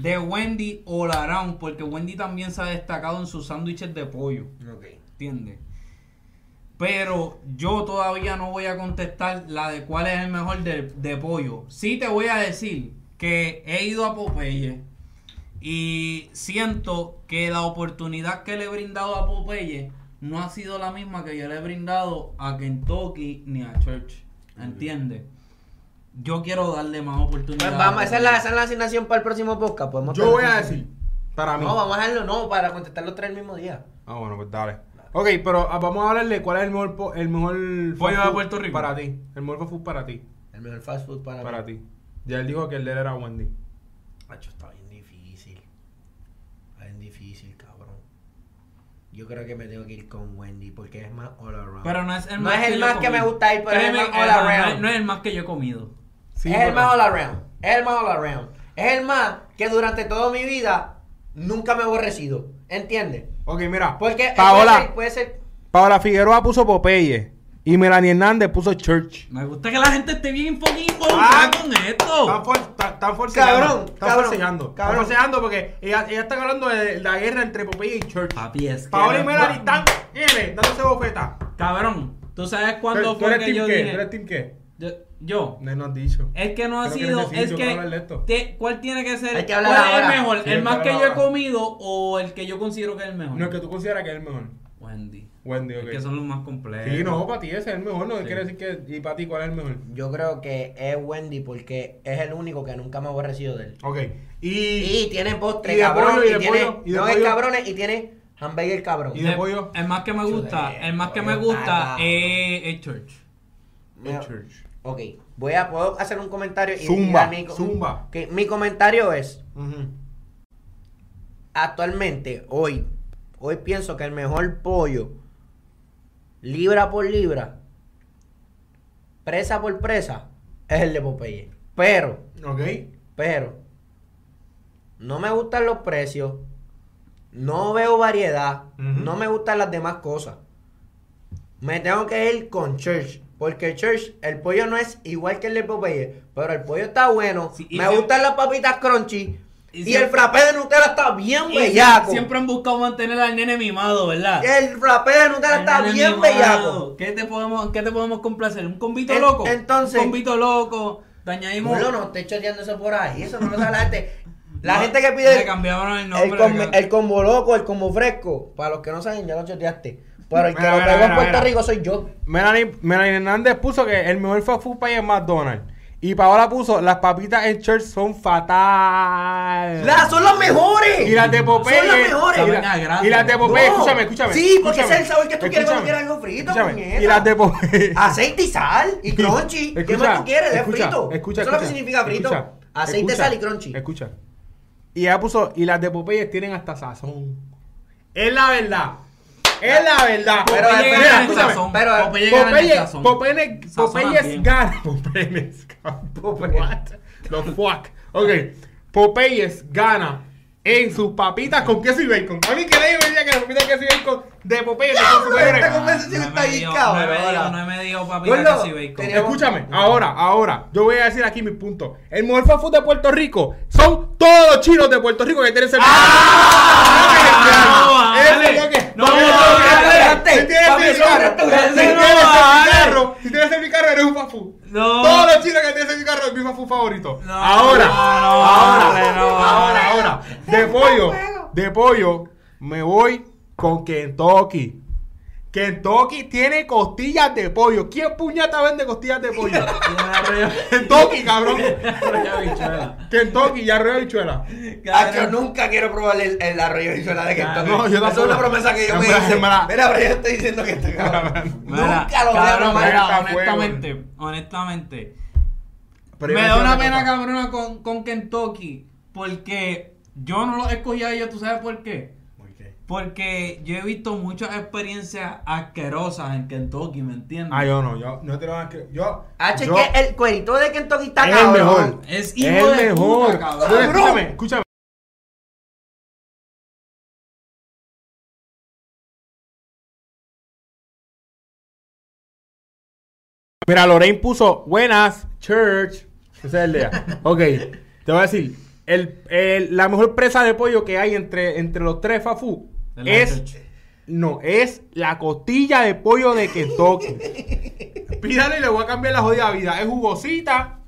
A: de Wendy o Larán, porque Wendy también se ha destacado en sus sándwiches de pollo.
C: Ok.
A: ¿Entiendes? Pero yo todavía no voy a contestar la de cuál es el mejor de, de pollo. Sí te voy a decir que he ido a Popeye y siento que la oportunidad que le he brindado a Popeye no ha sido la misma que yo le he brindado a Kentucky ni a Church. ¿Entiendes? Yo quiero darle más oportunidad.
C: Pues vamos, esa es, la, esa es la asignación para el próximo podcast. pues Podemos
D: Yo
C: tener-
D: voy a decir, para mí.
C: No, vamos a hacerlo, no, para contestar los tres el mismo día.
D: Ah, bueno, pues dale. Ok, pero ah, vamos a hablarle cuál es el mejor, po- el mejor fast
A: Pollo de
D: food
A: Puerto Rico.
D: Para ti. El mejor fast food para ti.
C: El mejor fast food para,
D: Para
C: mí.
D: ti. Ya él dijo que el de él era Wendy.
C: Macho, está bien difícil. Está bien difícil, cabrón. Yo creo que me tengo que ir con Wendy porque es más all around.
A: Pero no es el
C: No
A: más,
C: es el
A: que, yo
C: más que
A: comí.
C: me gusta ahí, pero es el
A: Créeme
C: más
A: que
C: all
A: no,
C: around.
A: No, es el más que yo he comido.
D: Sí,
C: es el
D: pero-
C: más all around. Es el más all around. Es el más que durante toda mi vida nunca me he aborrecido. ¿Entiendes?
D: Ok, mira.
C: Porque
D: Paola,
C: puede ser, puede ser-
D: Paola Figueroa puso Popeye. Y Melanie Hernández puso Church.
A: Me gusta que la gente esté bien fucking involucrada
D: Ah.
A: con esto.
D: Están, for, ta- están forcejeando.
C: Cabrón,
D: están
C: cabrón, cabrón.
D: forcejeando. Están forcejeando porque ellas, ellas están hablando de la guerra entre Popeye y Church.
A: Papi, es que.
D: Paola y
A: eres-
D: Melanie están, mire, dándose bofeta.
A: Cabrón, ¿tú sabes cuándo
D: ¿Tú- tú
A: fue
D: eres
A: que
D: team
A: yo
D: qué?
A: dije? Eh,
D: ¿Tú eres team qué?
A: Yo. yo.
D: No nos has dicho.
A: Es que no ha
D: Pero que
A: sido.
D: necesito
A: Es que.
D: hablar de esto.
A: te- ¿Cuál tiene que ser?
C: Hay que hablar
A: ¿Cuál es el
C: ahora.
A: mejor?
D: Sí, hay
A: ¿El más
D: que
A: que yo
D: hablar
A: he
D: ahora.
A: comido o el que yo considero que es el mejor?
D: No, el que tú consideras que es el mejor.
A: Wendy.
D: Wendy,
A: Es
D: ok.
A: que son los más completos.
D: Sí, no, para ti ese es el mejor. No
A: Sí.
D: quiere decir que. ¿Y para ti cuál es el mejor?
C: Yo creo que es Wendy porque es el único que nunca me he aborrecido de él.
D: Ok. Y.
C: Y tiene postre,
D: y de
C: cabrón.
D: pollo, y
C: Y,
D: de
C: tiene.
D: pollo, y de
C: no es
D: pollo.
C: cabrones y tiene hamburger, cabrón.
D: y de pollo.
A: El más que me gusta,
C: Chuleta,
A: el más que me
C: pollo,
A: gusta
C: tata.
A: es es Church.
C: Me-
D: Church.
C: Ok, voy a puedo hacer un comentario y
D: Zumba,
C: dar mi, co-
D: zumba.
C: que mi comentario es
D: Ujú.
C: actualmente hoy hoy pienso que el mejor pollo libra por libra presa por presa es el de Popeye. Pero
D: Ok.
C: pero no me gustan los precios, no veo variedad,
D: Ujú.
C: no me gustan las demás cosas. Me tengo que ir con Church. Porque Church, el pollo no es igual que el de Popeye, pero el pollo está bueno.
A: Sí, y
C: me
A: siem-
C: gustan las papitas crunchy.
A: y
C: Y,
A: siempre-
C: el frappé de Nutella está bien
A: Y sie-
C: bellaco.
A: Siempre han buscado mantener al nene mimado, ¿verdad?
C: El frappé de Nutella
A: Al
C: está
A: nene
C: bien
A: mimado.
C: bellaco.
A: ¿Qué te podemos, qué te podemos complacer? ¿Un convito
C: En-
A: loco?
C: entonces-
A: Un convito loco. Te añadimos.
C: Bueno, no estoy choteando eso por ahí. Eso no lo sabe la gente. La
A: No,
C: gente que
A: Le
C: pide
A: cambiaron el nombre.
C: el, com-
A: le cam-
C: el combo loco, el combo fresco. Para los que no saben, ya lo choteaste. Pero el que
D: Mira,
C: lo
D: mira,
C: pegó en
D: mira,
C: Puerto
D: mira.
C: Rico soy yo.
D: Melanie, Melanie Hernández puso que el mejor fast food pie es McDonald's. Y Paola puso, las papitas en Church son fatal.
C: ¡La, ¡Son las mejores!
D: Y las de Popeye.
C: Son las mejores.
D: Y, la-
A: Saben a grasa.
D: y las de Popeye,
C: No.
D: escúchame, escúchame.
C: Sí, porque ese
D: escúchame,
C: es el sabor que tú quieres cuando
D: escúchame,
C: quieres algo frito,
D: escúchame.
C: puñeta.
D: Y las de Popeye.
C: Aceite y sal y crunchy. ¿Qué
D: Escucha,
C: más tú quieres? Es
D: escucha,
C: frito.
D: escucha,
C: Eso es lo que
D: escucha,
C: significa frito.
D: escucha,
C: Aceite,
D: escucha,
C: sal y crunchy.
D: Escucha. Y ella puso, y las de Popeye tienen hasta sazón. Es la verdad. Es la verdad.
C: Pero-
A: Popeye
C: pero-
A: gana en
D: escúchame,
A: sazón.
C: pero-
A: Popeye gana en
D: Popeye,
A: sazón.
D: Popeye,
A: Sazonan
D: Popeye
A: bien.
D: gana. Popeye
C: Popeye.
D: What? The fuck. Ok. Popeyes gana en sus papitas con queso y bacon. A mí que nadie me diga que las papitas de queso y bacon de Popeye no son superiores.
C: esta conversación
A: No
C: está
A: me
C: ahí,
A: dio-
C: cabrón,
A: No me dio,
C: ahora.
A: no me dio papi
C: Gordo,
A: la bacon.
C: tenía-
D: Escúchame, ahora, ahora, yo voy a decir aquí mis puntos. El mejor fast food de Puerto Rico son todos los chinos de Puerto Rico que tienen servicio.
A: ¡Ah!
D: Eso
A: No,
D: es lo
A: vale.
D: que-
A: No,
D: Papi,
A: no,
C: espérate.
D: Si tienes
C: Papi,
D: el
C: son
D: carro, si
C: restaurantes,
D: tienes
A: no,
D: el
A: vale.
D: carro, si tienes el carro, eres un fast food.
A: No.
D: Todos los chinos que tienen ese carro es mi fast food favorito.
A: No,
D: ahora,
A: no, no,
D: ahora,
A: vale, no,
D: ahora,
A: vale.
D: ahora. De pollo, de pollo, me voy con Kentucky. Kentucky tiene costillas de pollo. ¿Quién puñata vende costillas de pollo? Kentucky, cabrón. Kentucky y arroyo de habichuela.
C: Ah, yo nunca quiero probar el, el arroyo de habichuela de Kentucky.
D: no, yo
C: Esa es
D: tampoco.
C: una promesa que yo me
D: Siempre-
C: hice.
D: siempre la-
C: Mira, pero yo estoy diciendo que está cabrón. Nunca lo voy a
A: cabrón,
C: probar.
A: mira,
D: Está fuego.
A: honestamente, honestamente.
D: Pero yo
A: me
D: voy a
A: da
D: decir
A: una pena
D: cosa.
A: cabrona con, con Kentucky. Porque yo no los escogí a ellos, ¿tú sabes por qué? Porque yo he visto muchas experiencias asquerosas en Kentucky, ¿me entiendes?
D: Ah, yo no, yo no te lo que. Yo.
C: H,
D: yo-
C: Ah, que el cuerito de Kentucky está
D: es el
C: cabrón.
D: mejor.
A: Es
D: Es
A: hijo
D: el
A: de
D: mejor.
A: puta, cabrón.
D: Oye, Escúchame, escúchame. Mira, Lorraine puso buenas, church. Ese es el de ella. Ok, te voy a decir. el- el- la mejor presa de pollo que hay entre, entre los tres Fafu
A: De la
D: es.
A: church.
D: No, es la costilla de pollo de Kentucky. Pídale y le voy a cambiar la jodida vida. Es jugosita.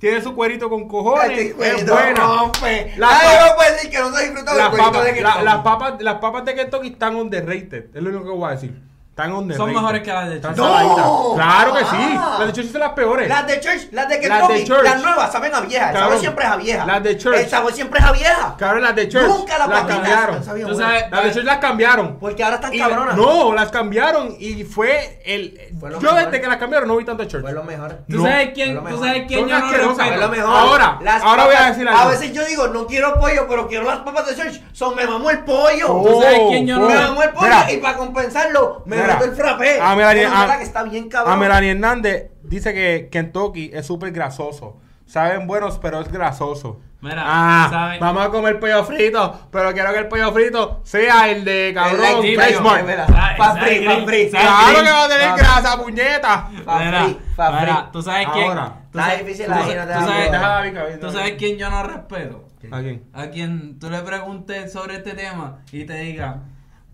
D: Tiene su cuerito con cojones.
C: Este
D: es
C: cuerito
D: buena.
C: rompe.
D: Las
C: Nadie
D: papas-
C: me puede decir que no se disfruta del
D: Las
C: cuerito de
D: papas, la-
C: Kentucky.
D: las papas, las papas de Kentucky están underrated. Es lo único que voy a decir. Están Están underrated.
A: Son mejores que las de
D: Están
A: Church.
D: saladitas.
C: ¡No!
D: Claro que sí.
C: Ah.
D: Las de Church son las peores.
C: Las de Church, las de
D: Las de
C: Kentucky, las,
D: Church.
C: nuevas saben a vieja. El
D: Cabrón.
C: sabor siempre es a vieja.
D: Las de Church.
C: El sabor siempre es a vieja.
D: Cabrón, las de Church.
C: Nunca las
D: las
C: papitas
D: cambiaron.
C: han sabido
A: Tú
C: buenas.
A: sabes-
D: Las de Church las cambiaron.
C: Porque ahora están
D: Y-
C: cabronas.
D: no, las cambiaron y fue el.
C: Fue lo
D: yo
C: mejor.
D: desde que las cambiaron no vi tanto Church.
C: Fue lo mejor.
A: ¿Tú
D: No,
A: sabes quién,
C: fue lo
A: ¿tú
C: mejor.
A: sabes quién
D: Son
A: yo no
D: asquerosas,
C: Fue
A: respeto?
C: lo mejor.
D: Ahora, ahora voy a decir algo.
C: A veces yo digo, no quiero pollo, pero quiero las papas de Church. Son, me mamó el pollo.
A: Oh, sabes quién yo no-
C: Me mamó el pollo
D: Mira,
C: y para compensarlo me
D: mira, ah,
C: mató el frappé.
D: A Melanie,
C: Una verdad
D: a-
C: que está bien
D: a
C: cabrón.
D: Melanie Hernández dice que Kentucky es súper grasoso. Saben buenos, pero es grasoso.
A: Mira,
D: ah,
A: ¿saben?
D: vamos a comer pollo frito, pero quiero que el pollo frito sea el de
C: El
D: cabrón.
C: de
D: Price
C: Grillo,
D: Mart.
C: es verdad.
A: Sa-
C: Pa'
A: sa-
C: free, pa' free.
A: sa-
D: Claro
A: green.
D: que va a tener
C: Sa-
D: grasa, puñeta.
C: Pa'
A: Mira,
C: free, pa'
A: mira,
C: free.
A: tú sabes quién.
D: Ahora.
A: tú
C: Está
A: sabes-
C: difícil
A: tú
C: ahí,
A: sabes-
C: no te
A: tú
C: da
A: sabes-
C: miedo.
D: Deja a Vicky, a Vicky,
A: ¿Tú
D: a
A: sabes
D: Vicky.
A: quién yo no respeto?
D: ¿A quién?
A: A quien tú le preguntes sobre este tema y te diga,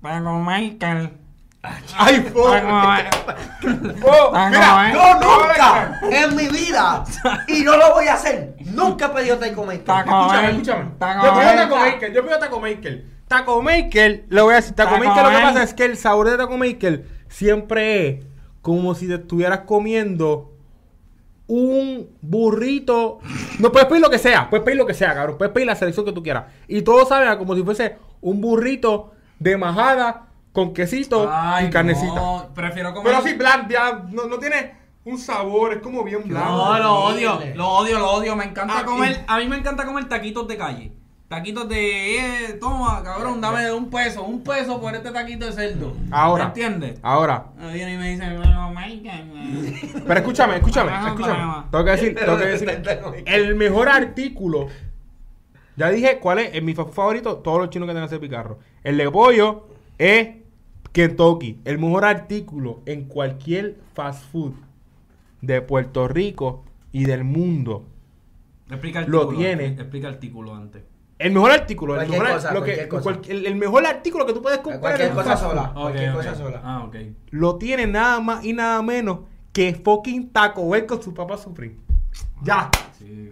A: Paco Michael.
D: ¡Ay, po! Po,
A: Ah, no,
D: mira,
A: eh.
C: Yo nunca en mi vida y no lo voy a hacer. Nunca he pedido taco Maker.
A: Taco
D: Escúchame,
A: Bell.
D: escúchame.
A: Taco
D: Yo pido
A: Bell.
D: Taco Maker, yo pido Taco Maker. Taco Maker, le voy a decir, Taco,
A: Taco
D: Maker lo que
A: Bell.
D: pasa es que el sabor de Taco Maker siempre es como si te estuvieras comiendo un burrito. No puedes pedir lo que sea, puedes pedir lo que sea, cabrón. Puedes pedir la selección que tú quieras. Y todo sabe a como si fuese un burrito de majada con quesito y carnecita.
A: No, prefiero comer.
D: Pero así, bland, ya, no, no tiene un sabor, es como bien blando.
A: No, lo odio,
C: horrible.
A: lo odio, lo odio. Me encanta
D: Ah,
A: comer. A mí me encanta comer taquitos de calle. Taquitos de. eh, toma, cabrón, dame un peso. Un peso por este taquito de cerdo.
D: Ahora. Ah.
A: ¿Me entiendes?
D: Ahora,
A: Me vienen y me eh". dicen, Paco Michael.
D: Pero escúchame, escúchame,
A: Ajá,
D: escúchame.
A: ajá.
D: Tengo que
C: Este
D: decir, tengo que decir.
C: Pero
D: El mejor artículo. Ya dije cuál es, es mi fa- favorito, todos los chinos que tienen ese picarro. El de pollo es Kentucky. El mejor artículo en cualquier fast food de Puerto Rico y del mundo.
A: Explica
D: Lo
A: artículo.
D: tiene.
A: expli- Explica artículo antes.
D: El mejor artículo, el
C: Cualquier
D: mejor,
C: cosa,
D: lo que-
C: cualquier cosa.
D: cual- el, el mejor artículo que tú puedes comprar
C: Cualquier
D: en un
C: cosa
D: fast food.
C: sola. Cualquier
A: Ok, ok.
C: cosa sola.
A: Ah, ok.
D: lo tiene nada más y nada menos que fucking Taco Bell con sus papas Supreme. Ya.
A: Sí.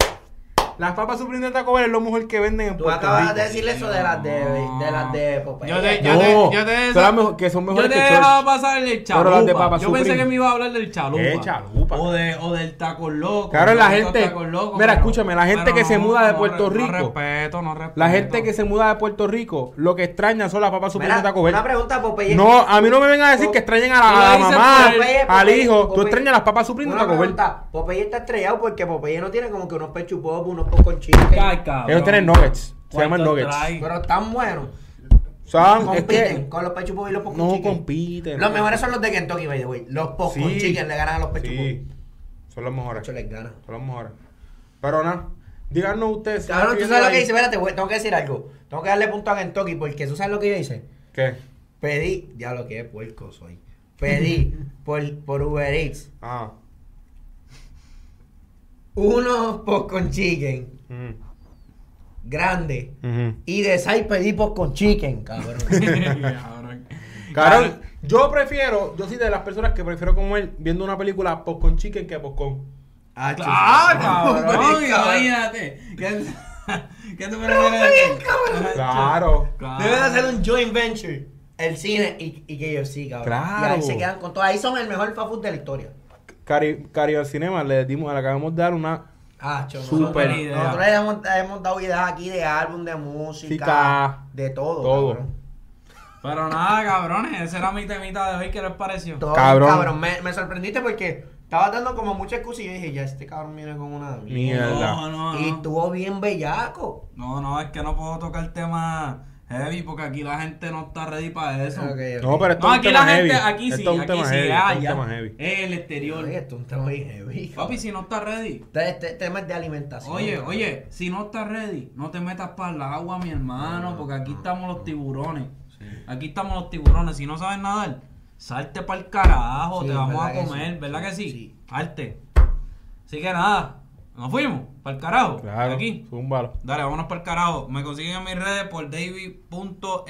D: Las papas Supreme de Taco Bell es lo mejor que venden en
C: Tú
D: Puerto
C: acabas
D: Rico.
C: de decirle eso de las de, de, las de Popeye.
A: Yo te-
D: no,
G: yo te-
D: son las mejo- que son
A: Yo
D: mejores
A: te
D: que Church.
A: dejaba pasar el
D: Pero las de Papa
A: chalupa. Yo pensé
D: Supreme.
A: que me iba a hablar del chalupa.
D: ¿Qué chalupa?
A: O, de, o del taco loco.
D: Claro, la
A: Yo he visto
D: gente-
A: tacos locos,
D: mira,
A: pero-
D: escúchame, la gente
A: pero
D: que se muda de Puerto
A: re-
D: Rico.
A: No respeto, no respeto.
D: La gente que se muda de Puerto Rico, lo que extraña son las papas Supreme
C: Mira,
D: de Taco Bell.
C: una pregunta, Popeye.
D: No, a mí no me vengan a decir que extrañan a la,
A: Tú lo
D: a la
A: dices
D: mamá,
A: por el
C: Popeye,
D: al
C: Popeye,
D: hijo. Tú
C: Popeye.
D: extrañas las papas Supreme de
C: Una
D: Taco Bell.
C: pregunta. Popeye está estrellado porque Popeye no tiene como que unos pechupopos, unos popcorn chicken.
A: Ay, cabrón.
D: Ellos tienen nuggets. Se llaman
A: ¿Cuánto
D: nuggets.
A: trae?
C: Pero están buenos.
D: Son, Ah, es
C: Compiten
D: que
C: con los pechupopos y los popcorn
D: no
C: chicken.
D: compiten.
C: Los mejores son los de Kentucky, by the way. Los popcorn
D: Sí.
C: chicken le ganan a los pechupopos.
D: Sí, son los mejores.
C: Mucho les gana.
D: Son los mejores. Pero nada, díganos ustedes. si
C: Cabrón, tú
D: están
C: sabes lo que hice.
D: escribiendo
C: Espérate, güey, tengo que decir algo. Tengo que darle punto a Kentucky porque tú sabes lo que yo hice.
D: ahí. ¿Qué?
C: Pedí, ya lo que es puerco soy. Pedí por, por Uber Eats
D: Ah.
C: unos popcorn chicken
D: mm,
C: grande
D: ujú.
C: y de 6 pedí popcorn chicken, cabrón.
A: Cabrón.
D: Cabrón, yo prefiero, yo soy de las personas que prefiero comer viendo una película popcorn chicken que popcorn.
C: ah, chus-
A: Ah, cabrón.
C: Uber Eats, cabrón.
A: Imagínate. ¿Qué qué tú me refieres?
D: Claro.
C: Deben hacer un joint venture. El cine y, y KFC, cabrón.
D: Claro.
C: Y ahí se quedan con todo. Ahí son el mejor fast food de la historia.
D: Cari, Cari al Cinema le dimos, le acabamos de dar una
C: Ah, chon,
D: Súper
C: nosotros-
A: idea.
C: Nosotros le hemos, hemos dado ideas aquí de álbum, de música,
D: Chica.
C: de todo.
D: Todo.
C: cabrón.
A: Pero nada, cabrones. Ese era mi temita de hoy. ¿Qué les pareció?
C: Todo,
D: Cabrón.
C: cabrón. Me, me sorprendiste porque estaba dando como mucha excusa y yo dije, ya este cabrón viene con una.
D: mierda.
A: No, no, no.
C: Y estuvo bien bellaco.
A: No, no, es que no puedo tocar temas heavy porque aquí la gente no está ready para eso.
C: Ok, ok.
D: No, pero esto
A: No,
D: es un
A: aquí la
D: tema
A: gente,
D: heavy.
A: aquí sí,
D: Esto es un
A: aquí
D: tema
A: sí,
D: heavy.
A: ah,
D: esto es un
A: ya.
D: tema heavy.
A: El exterior.
C: Ay, esto es un tema bien heavy.
A: Papi, si no está ready.
C: Este, este tema es de alimentación.
A: Oye,
C: cabrón.
A: oye, si no estás ready, no te metas para el agua, mi hermano, porque aquí estamos los tiburones. Aquí estamos los tiburones. Si no sabes nadar, salte para el carajo,
C: Sí,
A: te vamos a
C: ¿verdad que
A: comer,
C: sí?
A: ¿verdad que sí?
C: Sí.
A: Arte. Así que nada, nos fuimos, para el carajo.
D: Claro.
A: Aquí.
D: Zúmbalo.
A: Dale, vámonos para el carajo. Me consiguen en mis redes por davy.ml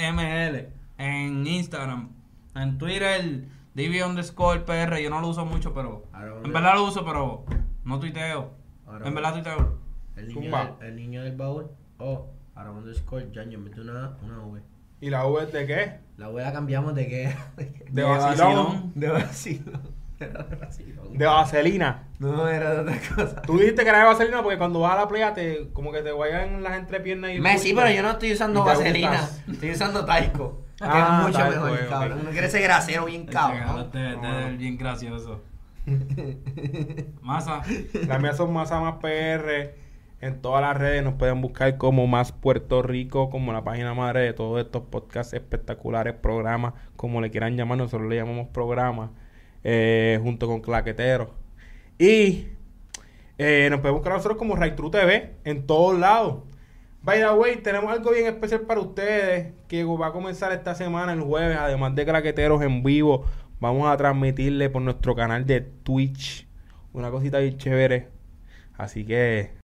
A: en Instagram, en Twitter, davy underscore PR. Yo no lo uso mucho, pero
C: Ahora volvemos.
A: en verdad lo uso, pero no tuiteo.
C: Ahora
A: En verdad tuiteo.
C: El
D: Zumba.
C: niño, del, el niño del baúl. Oh, ahora underscore, ya yo meto una, una V.
D: ¿Y la V es de qué?
C: La wea cambiamos de que.
D: De,
A: vacilón.
D: vacilón.
C: De vacilón. Era de vacilón.
D: De vaselina.
C: No, era de otra cosa.
D: Tú dijiste que era de vaselina porque cuando vas a la playa te como que te guayan las entrepiernas y...
C: Me sí, pero yo no estoy usando
D: Y te
C: vaselina.
D: gustas.
C: Estoy usando Taico. Que
D: Ah,
C: es mucho
D: Taiko,
C: mejor,
D: eh,
C: cabrón.
D: ok.
C: No quiere ser grasero, bien cabrón.
A: Este, este es bien gracioso. Masa.
D: Las mías son Masa Más PR. En todas las redes nos pueden buscar como Más Puerto Rico, como la página madre de todos estos podcasts espectaculares, programas, como le quieran llamar, nosotros le llamamos programas, eh, junto con Claquetero. Y eh, nos pueden buscar a nosotros como Raitru TV en todos lados. By the way, tenemos algo bien especial para ustedes que va a comenzar esta semana, el jueves, además de Claqueteros en vivo. Vamos a transmitirle por nuestro canal de Twitch una cosita bien chévere. Así que